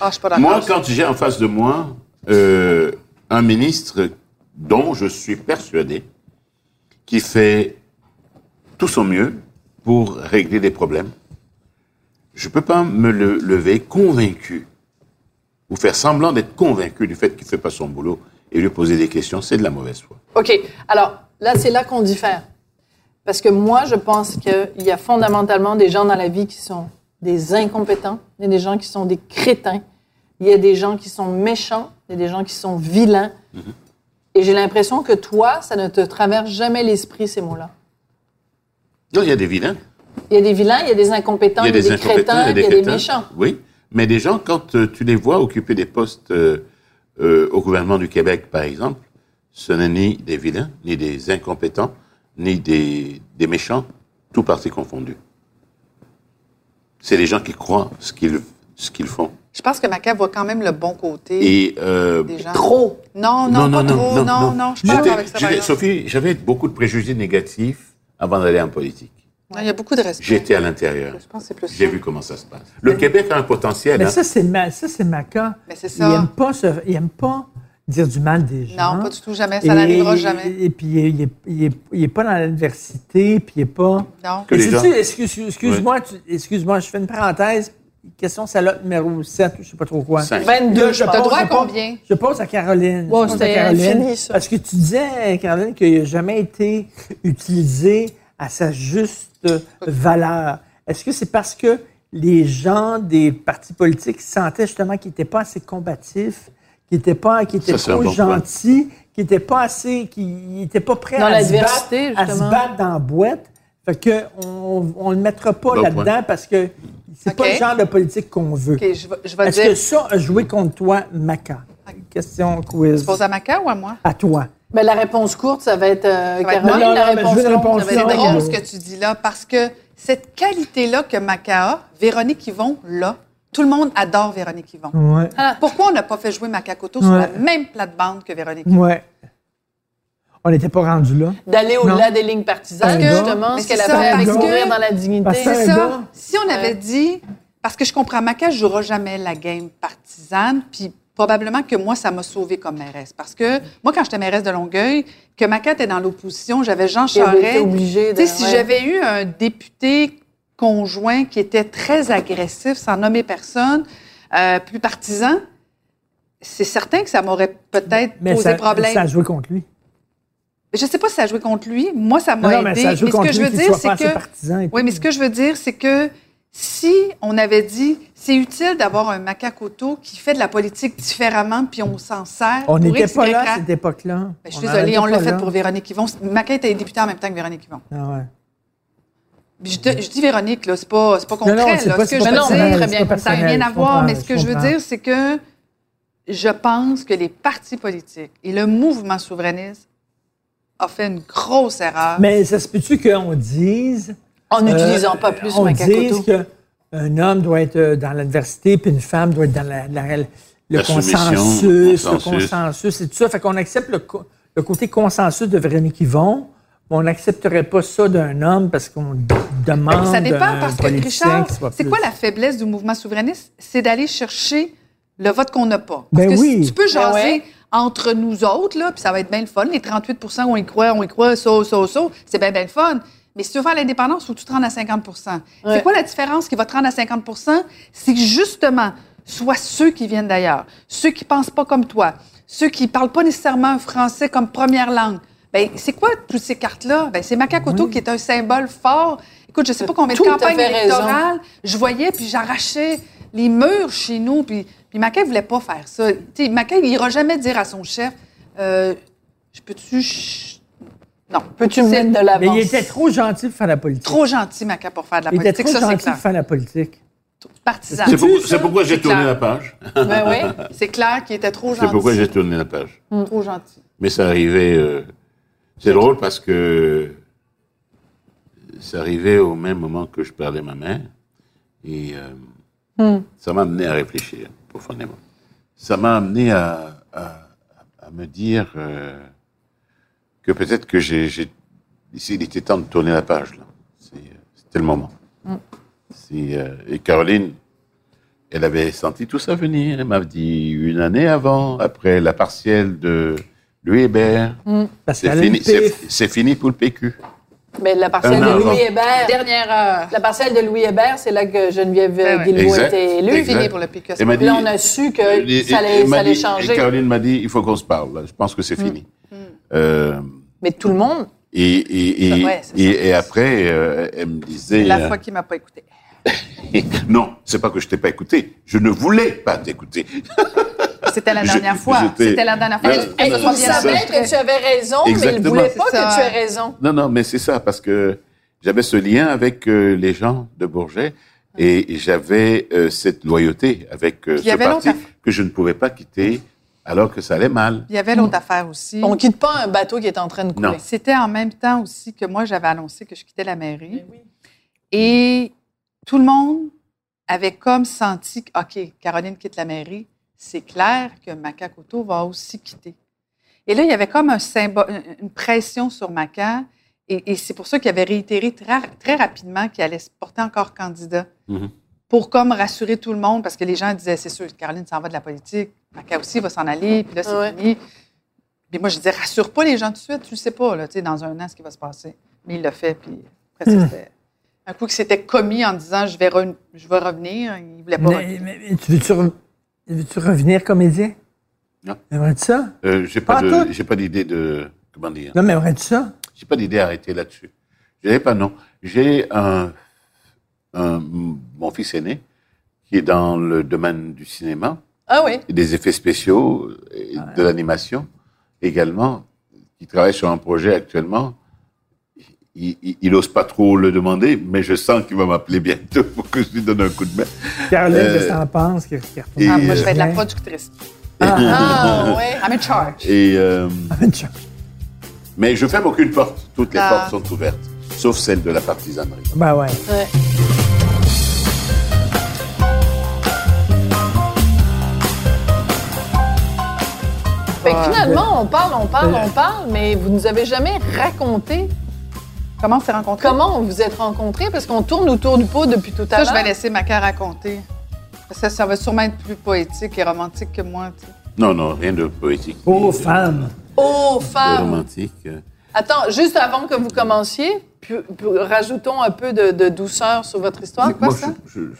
Speaker 4: Ah, je suis pas d'accord.
Speaker 5: Moi, quand j'ai en face de moi euh, un ministre dont je suis persuadé qui fait tout son mieux pour régler des problèmes, je ne peux pas me le- lever convaincu ou faire semblant d'être convaincu du fait qu'il ne fait pas son boulot et lui poser des questions, c'est de la mauvaise foi.
Speaker 2: OK. Alors, là, c'est là qu'on diffère. Parce que moi, je pense qu'il y a fondamentalement des gens dans la vie qui sont des incompétents, il y a des gens qui sont des crétins, il y a des gens qui sont méchants, il y a des gens qui sont vilains. Et j'ai l'impression que toi, ça ne te traverse jamais l'esprit, ces mots-là.
Speaker 5: Non, il y a des vilains.
Speaker 2: Il y a des vilains, il y a des incompétents, il y a des, crétins, il y a des
Speaker 5: crétins.
Speaker 2: méchants.
Speaker 5: Oui, mais des gens, quand euh, tu les vois occuper des postes euh, euh, au gouvernement du Québec, par exemple, ce n'est ni des vilains, ni des incompétents, ni des, des méchants, tout parti confondu. C'est des gens qui croient ce qu'ils ce qu'ils font.
Speaker 4: Je pense que Maca voit quand même le bon côté
Speaker 5: Et euh,
Speaker 4: des gens.
Speaker 2: Trop.
Speaker 4: Non, non, pas trop. Non, non, je suis pas
Speaker 5: J'étais-
Speaker 4: d'accord avec ça. par
Speaker 5: j'étais-
Speaker 4: exemple.
Speaker 5: Sophie, j'avais beaucoup de préjugés négatifs avant d'aller en politique.
Speaker 4: Non, Il y a beaucoup de respect.
Speaker 5: J'étais à l'intérieur.
Speaker 4: Je pense que c'est plus
Speaker 5: J'ai
Speaker 4: ça.
Speaker 5: vu comment ça se passe. Le Québec a un potentiel.
Speaker 3: Mais
Speaker 5: hein.
Speaker 3: ça, c'est ma, ça, c'est ma cas.
Speaker 4: Mais c'est ça.
Speaker 3: Il n'aime pas, se- il aime pas dire du mal des gens.
Speaker 4: Non, pas du tout, jamais. Ça n'arrivera jamais.
Speaker 3: Et puis, il n'est pas dans l'adversité, puis il n'est pas...
Speaker 4: Non.
Speaker 5: Que
Speaker 3: Et
Speaker 5: les
Speaker 3: sais-tu,
Speaker 5: gens-
Speaker 3: excuse- Excuse-moi, tu- excuse-moi, je fais une parenthèse. Question salope numéro 7, je ne sais pas trop quoi.
Speaker 5: Cinq.
Speaker 2: 22, je
Speaker 3: T'as
Speaker 2: pense.
Speaker 4: T'as droit à
Speaker 3: Je pose-
Speaker 4: combien?
Speaker 3: Je pose à Caroline.
Speaker 2: Wow,
Speaker 3: je pose à
Speaker 2: c'était
Speaker 3: Caroline.
Speaker 2: infini, ça.
Speaker 3: Parce que tu disais, hein, Caroline, qu'il n'a jamais été utilisé à sa juste valeur. Est-ce que c'est parce que les gens des partis politiques sentaient justement qu'ils n'étaient pas assez combatifs, qu'ils n'étaient pas, qu'ils étaient
Speaker 5: Ça, c'est un
Speaker 3: trop
Speaker 5: bon point.
Speaker 3: gentils, qu'ils n'étaient pas assez, qu'ils n'étaient pas prêts
Speaker 2: Dans
Speaker 3: à, se battre,
Speaker 2: l'adversité,
Speaker 3: à se
Speaker 2: justement.
Speaker 3: battre dans la boîte? Fait que on, on le mettra pas
Speaker 5: Bon
Speaker 3: là-dedans
Speaker 5: point.
Speaker 3: parce que c'est
Speaker 4: OK.
Speaker 3: pas le genre de politique qu'on veut.
Speaker 4: OK, je vais- je vais
Speaker 3: Est-ce
Speaker 4: dire.
Speaker 3: que ça a joué contre toi, Maca? Question
Speaker 4: Tu
Speaker 3: quiz.
Speaker 4: poses à Maca ou à moi?
Speaker 3: À toi.
Speaker 2: Ben, la réponse courte, ça va être euh,
Speaker 4: Ça va être
Speaker 2: Caroline.
Speaker 4: moi. Non,
Speaker 2: la
Speaker 3: non, mais je
Speaker 2: réponse
Speaker 3: veux une
Speaker 2: longue,
Speaker 3: réponse
Speaker 2: ça va
Speaker 4: C'est
Speaker 2: être
Speaker 3: longue.
Speaker 2: Caroline.
Speaker 4: drôle ce que tu dis là, parce que cette qualité-là que Maca a, Véronique Yvon là, tout le monde adore Véronique Yvon.
Speaker 3: Ouais.
Speaker 4: Pourquoi on n'a pas fait jouer Maca Cotto sur
Speaker 3: Ouais.
Speaker 4: la même plate-bande que Véronique?
Speaker 3: Ouais. On n'était pas rendu là.
Speaker 2: d'aller au-delà des lignes partisanes,
Speaker 3: Parce que-
Speaker 2: justement,
Speaker 4: mais
Speaker 2: ce qu'elle a
Speaker 4: c'est
Speaker 2: fait
Speaker 4: ça,
Speaker 2: avec
Speaker 4: parce que-
Speaker 2: mourir dans la dignité.
Speaker 3: Parce que-
Speaker 4: C'est
Speaker 3: un
Speaker 4: ça.
Speaker 3: gars.
Speaker 4: Si on avait dit, parce que je comprends, Maca ne jouera jamais la game partisane, puis probablement que moi, ça m'a sauvée comme mairesse. Parce que moi, quand j'étais mairesse de Longueuil, que Maca était dans l'opposition, j'avais Jean
Speaker 2: Elle avait été
Speaker 4: Charest.
Speaker 2: obligée de-
Speaker 3: ben
Speaker 4: Tu sais, si
Speaker 2: ouais.
Speaker 4: j'avais eu un député conjoint qui était très agressif, sans nommer personne, euh, plus partisan, c'est certain que ça m'aurait peut-être
Speaker 3: Mais
Speaker 4: posé
Speaker 3: ça,
Speaker 4: problème.
Speaker 3: ça a joué contre lui.
Speaker 4: Je sais pas si ça a joué contre lui. Moi, ça
Speaker 3: Non,
Speaker 4: m'a
Speaker 3: non,
Speaker 4: aidé.
Speaker 3: mais ça joue
Speaker 4: ce
Speaker 3: contre
Speaker 4: que je
Speaker 3: lui
Speaker 4: veux
Speaker 3: qu'il
Speaker 4: dire,
Speaker 3: soit
Speaker 4: c'est
Speaker 3: pas assez
Speaker 4: que.
Speaker 3: partisan et
Speaker 4: oui, mais
Speaker 3: tout.
Speaker 4: ce que je veux dire, c'est que si on avait dit, c'est utile d'avoir un macaque auto qui fait de la politique différemment, puis on s'en sert.
Speaker 3: On
Speaker 4: pour
Speaker 3: n'était
Speaker 4: X,
Speaker 3: pas
Speaker 4: Y,
Speaker 3: là
Speaker 4: crac.
Speaker 3: à cette époque-là.
Speaker 4: Ben, je suis désolée,
Speaker 3: en
Speaker 4: on l'a
Speaker 3: était
Speaker 4: fait
Speaker 3: pas
Speaker 4: pour
Speaker 3: là.
Speaker 4: Véronique Yvon. Maca était députée en même temps que Véronique Yvon.
Speaker 3: Ah ouais.
Speaker 4: Puis Je, te- je dis Véronique, là, c'est pas, c'est pas contre
Speaker 3: Non, non,
Speaker 4: elle,
Speaker 3: c'est
Speaker 4: là.
Speaker 3: pas-
Speaker 4: ce que
Speaker 3: c'est
Speaker 4: je
Speaker 3: pas
Speaker 4: veux
Speaker 3: personnel,
Speaker 4: dire,
Speaker 3: c'est
Speaker 4: bien,
Speaker 3: pas
Speaker 4: ça n'a rien
Speaker 3: personnel,
Speaker 4: à
Speaker 3: je
Speaker 4: voir,
Speaker 3: comprends,
Speaker 4: mais ce que
Speaker 3: je
Speaker 4: je veux
Speaker 3: comprends.
Speaker 4: dire, c'est que je pense que les partis politiques et le mouvement souverainiste a fait une grosse erreur.
Speaker 3: Mais ça se peut-tu qu'on dise.
Speaker 2: En
Speaker 3: euh,
Speaker 2: n'utilisant pas plus
Speaker 3: On
Speaker 2: Macacoto.
Speaker 3: dise qu'un homme doit être euh, dans l'adversité, puis une femme doit être dans la- la- la- le
Speaker 5: La soumission,
Speaker 3: consensus, le
Speaker 5: consensus.
Speaker 3: consensus et tout ça. Fait qu'on accepte le, co- le côté consensus de Véronique Yvon, mais on n'accepterait pas ça d'un homme parce qu'on d- demande.
Speaker 4: Ça
Speaker 3: à
Speaker 4: dépend
Speaker 3: un
Speaker 4: parce que,
Speaker 3: politicien
Speaker 4: Richard,
Speaker 3: qu'il soit
Speaker 4: c'est
Speaker 3: plus-
Speaker 4: quoi la faiblesse du mouvement souverainiste? C'est d'aller chercher le vote qu'on n'a pas. Parce
Speaker 3: Ben
Speaker 4: que
Speaker 3: oui.
Speaker 4: si tu peux jaser
Speaker 2: ouais.
Speaker 4: entre nous autres, là, puis ça va être bien le fun. Les 38 on y croit, on y croit, ça, ça, ça, c'est bien, bien le fun. Mais si tu veux faire l'indépendance, faut que tu te rendes à 50
Speaker 2: Ouais.
Speaker 4: C'est quoi la différence qui va te rendre à 50 C'est que, justement, soit ceux qui viennent d'ailleurs, ceux qui pensent pas comme toi, ceux qui parlent pas nécessairement un français comme première langue, Ben, c'est quoi toutes ces cartes-là? Ben, c'est Macacoto qui est un symbole fort. Écoute, je sais pas combien
Speaker 2: Tout
Speaker 4: de
Speaker 2: à
Speaker 4: campagnes
Speaker 2: fait raison.
Speaker 4: électorales, je voyais, puis j'arrachais les murs chez nous, puis, puis Maca voulait pas faire ça. Tu sais, Maca, il ira jamais dire à son chef, euh, je peux-tu... ch- Non.
Speaker 2: Peux-tu me
Speaker 4: C'est
Speaker 2: mettre de
Speaker 3: Mais
Speaker 2: l'avance?
Speaker 3: il était trop gentil pour faire la politique.
Speaker 4: Trop gentil, Maca, pour faire de la
Speaker 3: il était
Speaker 4: politique,
Speaker 3: trop
Speaker 4: ça, c'est
Speaker 3: gentil
Speaker 4: clair.
Speaker 3: pour faire la politique.
Speaker 4: Partisan.
Speaker 5: C'est pour- c'est pourquoi j'ai
Speaker 4: C'est
Speaker 5: tourné
Speaker 4: clair.
Speaker 5: la page.
Speaker 2: Ben oui.
Speaker 4: C'est clair qu'il était trop gentil.
Speaker 5: C'est pourquoi j'ai tourné la page.
Speaker 4: Trop gentil.
Speaker 5: Mais ça arrivait. euh, c'est drôle parce que ça arrivait au même moment que je perdais ma mère. Et euh, ça m'a amené à réfléchir profondément. Ça m'a amené à, à- à me dire euh, que peut-être que j'ai. j'ai- ici, il était temps de tourner la page. là. C'est- C'était le moment. C'est, euh, et Caroline, elle avait senti tout ça venir. Elle m'a dit une année avant, après la partielle de Louis Hébert.
Speaker 3: Parce
Speaker 5: C'est
Speaker 3: qu'elle a une
Speaker 5: fini, c'est-
Speaker 3: pif.
Speaker 5: c'est fini pour le PQ.
Speaker 2: Mais la partielle
Speaker 5: Un an
Speaker 2: de Louis
Speaker 5: avant.
Speaker 2: Hébert.
Speaker 4: Dernière heure.
Speaker 2: La partielle de Louis Hébert, c'est là que Geneviève
Speaker 4: Ben ouais.
Speaker 2: Guilbault
Speaker 5: Exact.
Speaker 2: était élue.
Speaker 5: Exact.
Speaker 4: Fini pour le PQ.
Speaker 5: Elle m'a dit-
Speaker 2: Là, on a su que
Speaker 5: Et-
Speaker 2: ça
Speaker 5: et-
Speaker 2: allait,
Speaker 5: et
Speaker 2: ça
Speaker 5: m'a
Speaker 2: allait
Speaker 5: dit-
Speaker 2: changer.
Speaker 5: et Caroline m'a dit, il faut qu'on se parle. là. Je pense que c'est fini. Euh,
Speaker 2: Mais tout le monde,
Speaker 5: et, et, et,
Speaker 4: Ça, ouais, c'est
Speaker 5: et- et après, euh, elle me disait...
Speaker 4: La
Speaker 5: euh,
Speaker 4: fois qu'il m'a pas écouté.
Speaker 5: non, c'est pas que je t'ai pas écouté. Je ne voulais pas t'écouter.
Speaker 4: C'était la
Speaker 5: Je-
Speaker 4: dernière fois.
Speaker 5: j'étais-
Speaker 4: C'était la dernière fois.
Speaker 5: Mais-
Speaker 4: Elle-
Speaker 5: mais-
Speaker 4: elle
Speaker 2: Hey,
Speaker 5: mais-
Speaker 2: il
Speaker 4: revient
Speaker 5: ça-
Speaker 2: savait
Speaker 4: après.
Speaker 2: que tu avais raison, mais il ne
Speaker 5: Exactement.
Speaker 2: voulait pas
Speaker 4: C'est ça,
Speaker 2: que tu aies
Speaker 4: ouais.
Speaker 2: raison.
Speaker 5: Non, non, mais c'est ça, parce que j'avais ce lien avec euh, les gens de Bourget et j'avais euh, cette loyauté avec euh,
Speaker 4: Puis il y
Speaker 5: ce
Speaker 4: avait
Speaker 5: parti
Speaker 4: l'autre
Speaker 5: que je ne pouvais pas quitter alors que ça allait mal.
Speaker 4: Il y avait l'autre affaire aussi.
Speaker 2: On quitte pas un bateau qui est en train de couler.
Speaker 5: Non.
Speaker 4: C'était en même temps aussi que moi, j'avais annoncé que je quittais la mairie. Et tout le monde avait comme senti que, OK, Caroline quitte la mairie, c'est clair que Maca Couteau va aussi quitter. Et là, il y avait comme un symbo- une- une pression sur Maca. Et, et c'est pour ça qu'il avait réitéré très, très rapidement qu'il allait se porter encore candidat.
Speaker 5: Mhm.
Speaker 4: Pour comme rassurer tout le monde, parce que les gens disaient, c'est sûr, Caroline s'en va de la politique, Maca aussi va s'en aller, puis là, c'est
Speaker 2: Ouais.
Speaker 4: fini. Puis moi, je disais, rassure pas les gens tout de suite, tu sais pas, là, tu sais, dans un an, ce qui va se passer. Mais il l'a fait, puis après, ça, c'était un coup qui s'était commis en disant, je vais, re- je vais revenir, il voulait pas
Speaker 3: Mais-
Speaker 4: revenir.
Speaker 3: mais- mais Tu veux-tu re- veux-tu revenir comédien?
Speaker 5: Non.
Speaker 3: Aimerais-tu ça?
Speaker 5: Euh, j'ai pas
Speaker 3: Pas
Speaker 5: de-
Speaker 3: tout.
Speaker 5: j'ai pas d'idée de comment dire.
Speaker 3: Non, mais aimerais-tu ça?
Speaker 5: J'ai pas d'idée arrêtée là-dessus. Je n'ai pas non. J'ai un, un- mon fils aîné qui est dans le domaine du cinéma.
Speaker 2: Ah oui.
Speaker 5: et des effets spéciaux, et de l'animation également, qui travaille sur un projet actuellement. Il il- il n'ose pas trop le demander, mais je sens qu'il va m'appeler bientôt [LAUGHS] pour que je lui donne un coup de main.
Speaker 3: Caroline,
Speaker 5: Euh,
Speaker 3: qu'est-ce que t'en penses? Qu'est-ce qui retourne?
Speaker 5: et, euh,
Speaker 4: Ah, moi, je vais être la
Speaker 3: Ouais.
Speaker 4: productrice.
Speaker 2: Ah [LAUGHS] oui.
Speaker 4: I'm in charge.
Speaker 5: Et, euh,
Speaker 3: Ah,
Speaker 5: mais je ferme aucune porte. Toutes les
Speaker 4: Ah.
Speaker 5: portes sont ouvertes, sauf celle de la partisanerie.
Speaker 3: Ben ouais.
Speaker 2: Fait que finalement, on parle, on parle, on parle, mais vous nous avez jamais raconté
Speaker 4: Comment on s'est rencontrés?
Speaker 2: comment vous vous êtes rencontrés, parce qu'on tourne autour du pot depuis tout à
Speaker 4: Ça, je vais
Speaker 2: l'heure.
Speaker 4: laisser Maca raconter. Parce que ça va sûrement être plus poétique et romantique que moi, tu sais.
Speaker 5: Non, non, rien de poétique.
Speaker 3: Oh,
Speaker 5: ni de-
Speaker 3: femme!
Speaker 2: Oh,
Speaker 5: de
Speaker 2: femme!
Speaker 5: romantique.
Speaker 2: Attends, juste avant que vous commenciez, pu- pu- rajoutons un peu de, de douceur sur votre histoire.
Speaker 4: quoi,
Speaker 5: Moi,
Speaker 4: ça?
Speaker 5: je-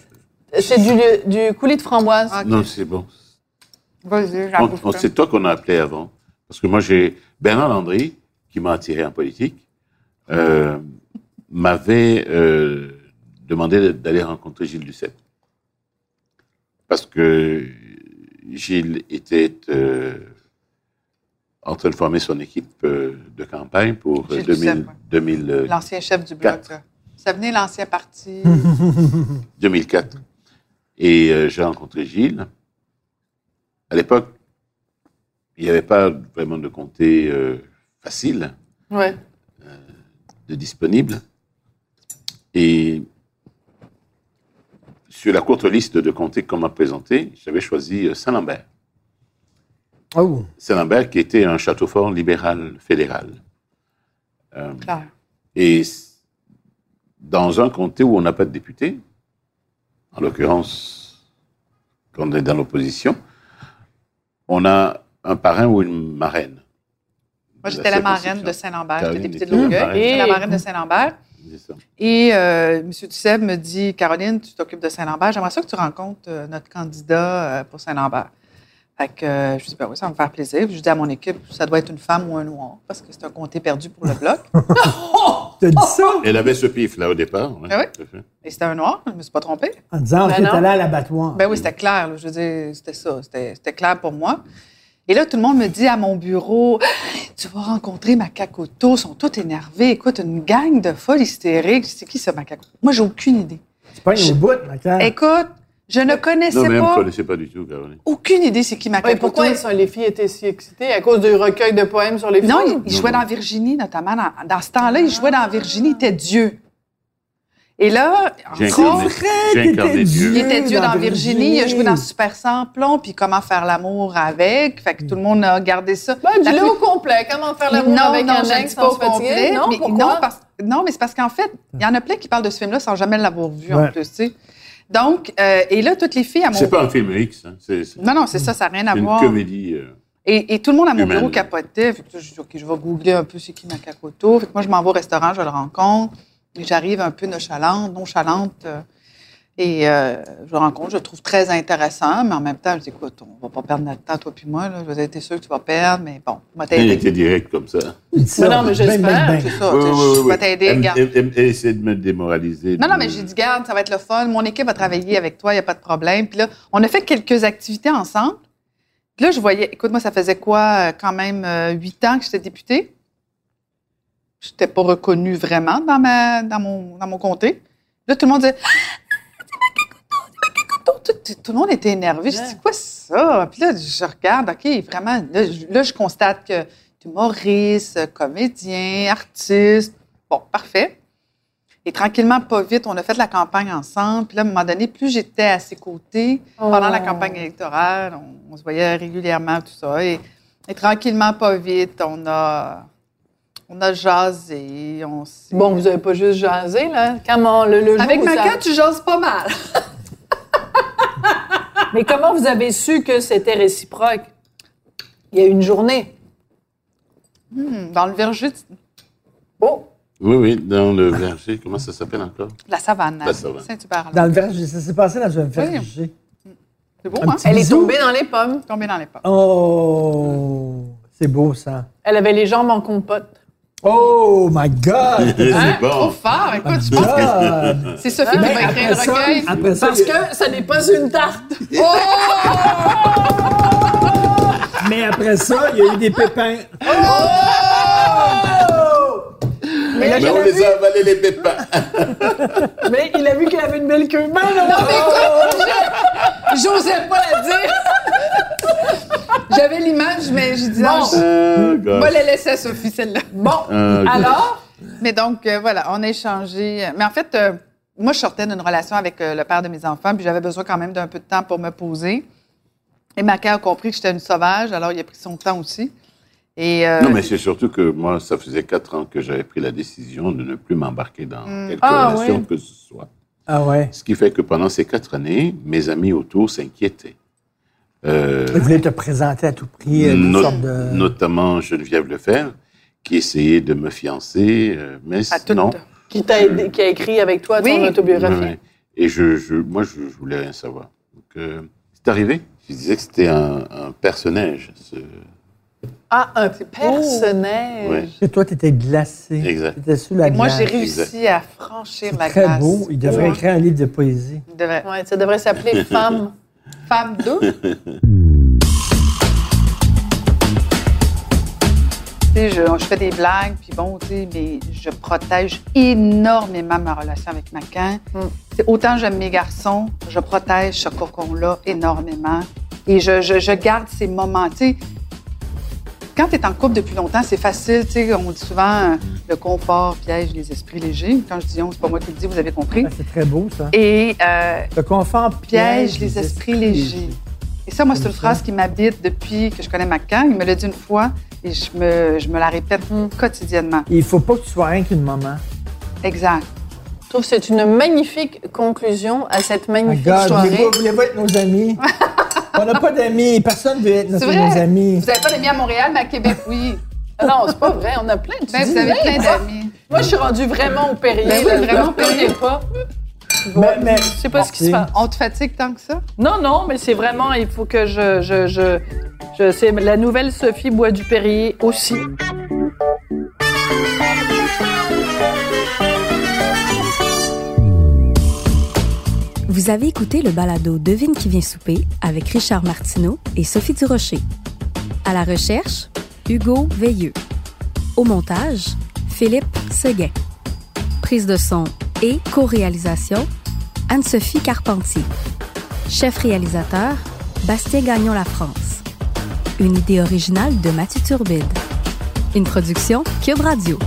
Speaker 5: je-
Speaker 2: C'est du, du coulis de framboise.
Speaker 4: Ah,
Speaker 5: Non, c'est bon.
Speaker 4: Vas-y,
Speaker 5: On-
Speaker 4: j'en bouge
Speaker 5: on-
Speaker 4: pas.
Speaker 5: C'est toi qu'on a appelé avant. Parce que moi, j'ai. Bernard Landry, qui m'a attiré en politique, euh, m'avait euh, demandé d'aller rencontrer Gilles Lucet. Parce que Gilles était euh, en train de former son équipe euh, de campagne pour euh,
Speaker 4: Gilles
Speaker 5: 2000
Speaker 4: Lucet, ouais.
Speaker 5: 2000, euh,
Speaker 4: L'ancien chef du bloc,
Speaker 5: Quatre.
Speaker 4: là. Ça venait l'ancien parti.
Speaker 5: 2004. Et euh, j'ai rencontré Gilles. À l'époque, il n'y avait pas vraiment de comté euh, facile.
Speaker 2: Ouais.
Speaker 5: de disponibles. Et sur la courte liste de comtés qu'on m'a présenté, j'avais choisi euh, Saint-Lambert.
Speaker 3: Oh!
Speaker 5: Saint-Lambert qui était un château fort libéral fédéral. Euh,
Speaker 4: Claire.
Speaker 5: et s- dans un comté où on n'a pas de député, en l'occurrence, quand on est dans l'opposition, on a un parrain ou une marraine.
Speaker 4: Moi, j'étais la marraine de
Speaker 5: circonscription.
Speaker 4: Saint-Lambert. J'étais
Speaker 5: Caroline
Speaker 4: députée de
Speaker 5: était la
Speaker 4: Longueuil.
Speaker 5: marraine.
Speaker 4: J'étais la marraine de Saint-Lambert.
Speaker 5: C'est ça.
Speaker 4: Et euh, M. Duceb me dit Caroline, tu t'occupes de Saint-Lambert. J'aimerais ça que tu rencontres euh, notre candidat euh, pour Saint-Lambert. Fait que euh, je dis, ben oui, ça va me faire plaisir. Puis Je dis à mon équipe, ça doit être une femme ou un noir, parce que c'est un comté perdu pour le bloc.
Speaker 3: T'as dit ça
Speaker 5: Elle avait ce pif, là, au départ.
Speaker 4: Ah oui?
Speaker 5: tout à fait.
Speaker 4: Et c'était un noir, je me suis pas trompée.
Speaker 3: en disant
Speaker 2: Ben
Speaker 3: que t'es
Speaker 2: non.
Speaker 3: allé à l'abattoir.
Speaker 4: Ben oui, c'était clair. là. Je veux dire, c'était ça. C'était c'était clair pour moi. Et là, tout le monde me dit à mon bureau, tu vas rencontrer Macacoto. Ils sont tous énervés. Écoute, une gang de folles hystériques. C'est qui ça, Macacoto? Moi, j'ai aucune idée.
Speaker 3: tu pognes
Speaker 4: je-
Speaker 3: au bout, ma
Speaker 2: Ah.
Speaker 3: carte.
Speaker 4: Écoute, je ne
Speaker 5: Non,
Speaker 4: connaissais
Speaker 5: mais elle ne
Speaker 4: pas,
Speaker 5: me connaissait pas du tout, Caroline.
Speaker 4: aucune idée c'est qui
Speaker 2: Oui,
Speaker 4: Macacoto.
Speaker 2: pourquoi ils sont- les filles étaient si excitées? À cause du recueil de poèmes sur les filles?
Speaker 4: Non, il, il jouait dans Virginie, notamment. Dans, dans ce temps-là,
Speaker 2: Ah.
Speaker 4: il jouait dans Virginie. Il était Dieu. Et là,
Speaker 5: J'ai
Speaker 4: en gros,
Speaker 5: incarné, j'ai incarné Dieu.
Speaker 4: Il était Dieu dans Virginie, il a joué dans
Speaker 3: ce
Speaker 4: Super Samplon, puis Comment faire l'amour avec.
Speaker 2: Mm.
Speaker 4: Fait que tout le monde a gardé ça.
Speaker 2: Ben,
Speaker 4: La
Speaker 2: dis-le
Speaker 4: plus-
Speaker 2: au complet. Comment faire l'amour
Speaker 4: non,
Speaker 2: avec
Speaker 4: non,
Speaker 2: un
Speaker 4: je le
Speaker 2: mec
Speaker 4: dis pas
Speaker 2: sans
Speaker 4: au
Speaker 2: se fatiguer?
Speaker 4: complet.
Speaker 2: Non,
Speaker 4: mais-
Speaker 2: pourquoi?
Speaker 4: non, parce, non, mais c'est parce qu'en fait, il y en a plein qui parlent de ce film-là sans jamais l'avoir vu, en
Speaker 3: Ouais.
Speaker 4: plus, tu sais. Donc, euh, et là, toutes les filles à mon...
Speaker 5: C'est pas un film X, hein. c'est c'est
Speaker 4: Non, non, c'est ça, ça n'a rien à
Speaker 5: une
Speaker 4: voir.
Speaker 5: comédie. euh,
Speaker 4: Et, et tout le monde à mon
Speaker 5: Humaine.
Speaker 4: bureau capotait. Fait que je dis, OK, je vais googler un peu c'est qui Macacoto. Fait que moi, je m'en vais au restaurant, je le rencontre. Et j'arrive un peu nonchalante, nonchalante. euh, et euh, je le rencontre, je le trouve très intéressant. Mais en même temps, je dis, écoute, on va pas perdre notre temps, toi puis moi. Là. Je vais t'es sûr que tu vas perdre, mais bon, moi,
Speaker 5: Il
Speaker 4: t'aider.
Speaker 5: était direct comme ça.
Speaker 3: ça. Ben,
Speaker 2: non, mais j'espère
Speaker 4: C'est ça, Oh, tu sais, je vais t'aider,
Speaker 5: Elle,
Speaker 4: garde.
Speaker 5: elle- elle- elle essaie de me démoraliser.
Speaker 4: Non, non,
Speaker 5: de-
Speaker 4: mais j'ai dit, garde, ça va être le fun. Mon équipe va travailler avec toi, il n'y a pas de problème. Puis là, on a fait quelques activités ensemble. Puis là, je voyais, écoute, moi, ça faisait quoi, euh, quand même, euh, huit ans que j'étais députée? Je n'étais pas reconnue vraiment dans, ma, dans, mon, dans mon comté. Là, tout le monde disait, ah, c'est Macacoto, c'est Macacoto. Tout, tout- tout le monde était énervé. Je dis, quoi ça? Puis là, je regarde, OK, vraiment, là, je, là, je constate que tu es humoriste, comédien, artiste. Bon, parfait. Et tranquillement, pas vite, on a fait la campagne ensemble. Puis là, à un moment donné, plus j'étais à ses côtés, pendant
Speaker 3: Oh.
Speaker 4: la campagne électorale, on, on se voyait régulièrement, tout ça. Et, et tranquillement, pas vite, on a, on a jasé. On s'est-
Speaker 2: Bon, vous avez pas juste jasé, là. Comment le, le jour
Speaker 4: Avec
Speaker 2: où
Speaker 4: ma
Speaker 2: ça-
Speaker 4: carte, tu jases pas mal. [LAUGHS]
Speaker 2: Mais comment vous avez su que c'était réciproque? Il y a une journée.
Speaker 4: Hum, Dans le verger de
Speaker 2: Oh!
Speaker 5: Oui, oui, dans le verger. Comment ça s'appelle encore
Speaker 4: la savane, à
Speaker 5: La savane.
Speaker 4: Saint-Hubert. là.
Speaker 3: Dans le verger, ça s'est passé dans un verger.
Speaker 4: C'est beau,
Speaker 3: un
Speaker 4: hein?
Speaker 3: petit-
Speaker 2: Elle est
Speaker 3: Bisous.
Speaker 2: tombée dans les pommes.
Speaker 4: Tombé dans les pommes.
Speaker 3: Oh, c'est beau ça.
Speaker 2: Elle avait les jambes en compote.
Speaker 3: Oh my God!
Speaker 4: Hein?
Speaker 5: C'est
Speaker 4: Trop
Speaker 5: bon.
Speaker 4: fort, écoute, je pense que
Speaker 3: God!
Speaker 4: c'est Sophie qui
Speaker 2: Mais
Speaker 4: va écrire le
Speaker 3: ça,
Speaker 4: recueil. Oh!
Speaker 3: après ça,
Speaker 2: Ben, Parce que ça n'est pas une
Speaker 4: [LAUGHS]
Speaker 2: tarte.
Speaker 3: mais après ça, il y a eu des pépins.
Speaker 5: Oh!
Speaker 2: Mais, là,
Speaker 5: Mais on les a avalés les Ah, pépins.
Speaker 2: mais il a vu qu'elle avait une belle queue. Mais non, non,
Speaker 4: Oh! J'osais pas la dire. J'avais l'image, mais je disais,
Speaker 2: Bon.
Speaker 4: je-
Speaker 5: Ah,
Speaker 4: on va
Speaker 5: gosh.
Speaker 4: la laisser à Sophie, celle-là.
Speaker 2: Bon,
Speaker 5: Ah, gosh.
Speaker 2: alors,
Speaker 4: Mais donc, euh, voilà, on a échangé. Mais en fait, euh, moi, je sortais d'une relation avec euh, le père de mes enfants, puis j'avais besoin quand même d'un peu de temps pour me poser. Et Maca a compris que j'étais une sauvage, alors il a pris son temps aussi. Et, euh,
Speaker 5: Non, mais c'est surtout que moi, ça faisait quatre ans que j'avais pris la décision de ne plus m'embarquer dans
Speaker 4: Hmm.
Speaker 5: quelque
Speaker 2: Ah,
Speaker 5: relation
Speaker 2: oui.
Speaker 5: que ce soit.
Speaker 3: Ah ouais.
Speaker 5: Ce qui fait que pendant ces quatre années, mes amis autour s'inquiétaient. Euh,
Speaker 3: Ils voulaient te présenter à tout prix euh, une
Speaker 5: Not-
Speaker 3: sorte de.
Speaker 5: Notamment Geneviève Lefebvre, qui essayait de me fiancer, euh, mais
Speaker 4: à toute-
Speaker 5: non.
Speaker 2: qui t'a aidé- qui a écrit avec toi
Speaker 4: Oui.
Speaker 2: ton autobiographie?
Speaker 5: Ouais. Et je, je- moi, je, je voulais rien savoir. Donc, euh, c'est arrivé. Je disais que c'était un, un personnage. ce-
Speaker 2: Ah, un personnage.
Speaker 5: ouais,
Speaker 3: Et toi, t'étais glacé.
Speaker 5: Exact.
Speaker 3: T'étais sous la
Speaker 4: Et moi,
Speaker 3: glace.
Speaker 4: j'ai réussi à franchir la
Speaker 3: Très
Speaker 4: glace.
Speaker 3: beau. Il devrait
Speaker 4: Ouais.
Speaker 3: écrire un livre de poésie.
Speaker 4: Il devrait-
Speaker 2: Ouais, ça devrait s'appeler femme.
Speaker 4: Femme deux. Tu sais, je, je fais des blagues, puis bon, tu sais, mais je protège énormément ma relation avec Macan.
Speaker 2: Mm.
Speaker 4: C'est Autant j'aime mes garçons, je protège ce cocon-là énormément. Et je, je- je garde ces moments. Tu sais, quand tu es en couple depuis longtemps, c'est facile. Tu sais, on dit souvent euh, le confort piège les esprits légers. Quand je dis on, c'est pas moi qui le dis, vous avez compris.
Speaker 3: Ah, C'est très beau, ça.
Speaker 4: Et euh,
Speaker 3: Le confort
Speaker 4: piège les esprits légers. Et ça, moi, c'est une phrase qui m'habite depuis que je connais Macan. Il me l'a dit une fois et je me, je me la répète quotidiennement.
Speaker 3: Il faut pas que tu sois rien qu'une maman.
Speaker 4: Exact.
Speaker 2: Je trouve que c'est une magnifique conclusion à cette
Speaker 3: My
Speaker 2: magnifique
Speaker 3: Ah, God, vous
Speaker 2: soirée.
Speaker 3: voulez pas- voulez pas être nos
Speaker 4: [LAUGHS]
Speaker 3: amis? On n'a pas d'amis. Personne ne veut être notre-
Speaker 4: C'est vrai.
Speaker 3: nos amis.
Speaker 4: Vous n'avez pas d'amis à Montréal, mais à Québec, oui.
Speaker 2: Ah Non, c'est pas vrai, on a plein de
Speaker 4: Ben, vous
Speaker 2: dis,
Speaker 4: avez
Speaker 2: mais-
Speaker 4: plein d'amis.
Speaker 2: Moi, je suis rendue vraiment au Perrier.
Speaker 4: Ben oui,
Speaker 2: là, je
Speaker 4: vraiment au
Speaker 2: le connais pas. Ouais, je sais pas ce qui se passe.
Speaker 4: On te fatigue tant que ça?
Speaker 2: Non, non, mais c'est vraiment, il faut que je. je, je, je- c'est la nouvelle Sophie boit du Perrier aussi.
Speaker 8: Vous avez écouté le balado Devine qui vient souper avec Richard Martineau et Sophie Durocher. À la recherche, Hugo Veilleux. Au montage, Philippe Seguin. Prise de son et co-réalisation, Anne-Sophie Carpentier. Chef réalisateur, Bastien Gagnon La France. Une idée originale de Mathieu Turbide. Une production Cube Radio.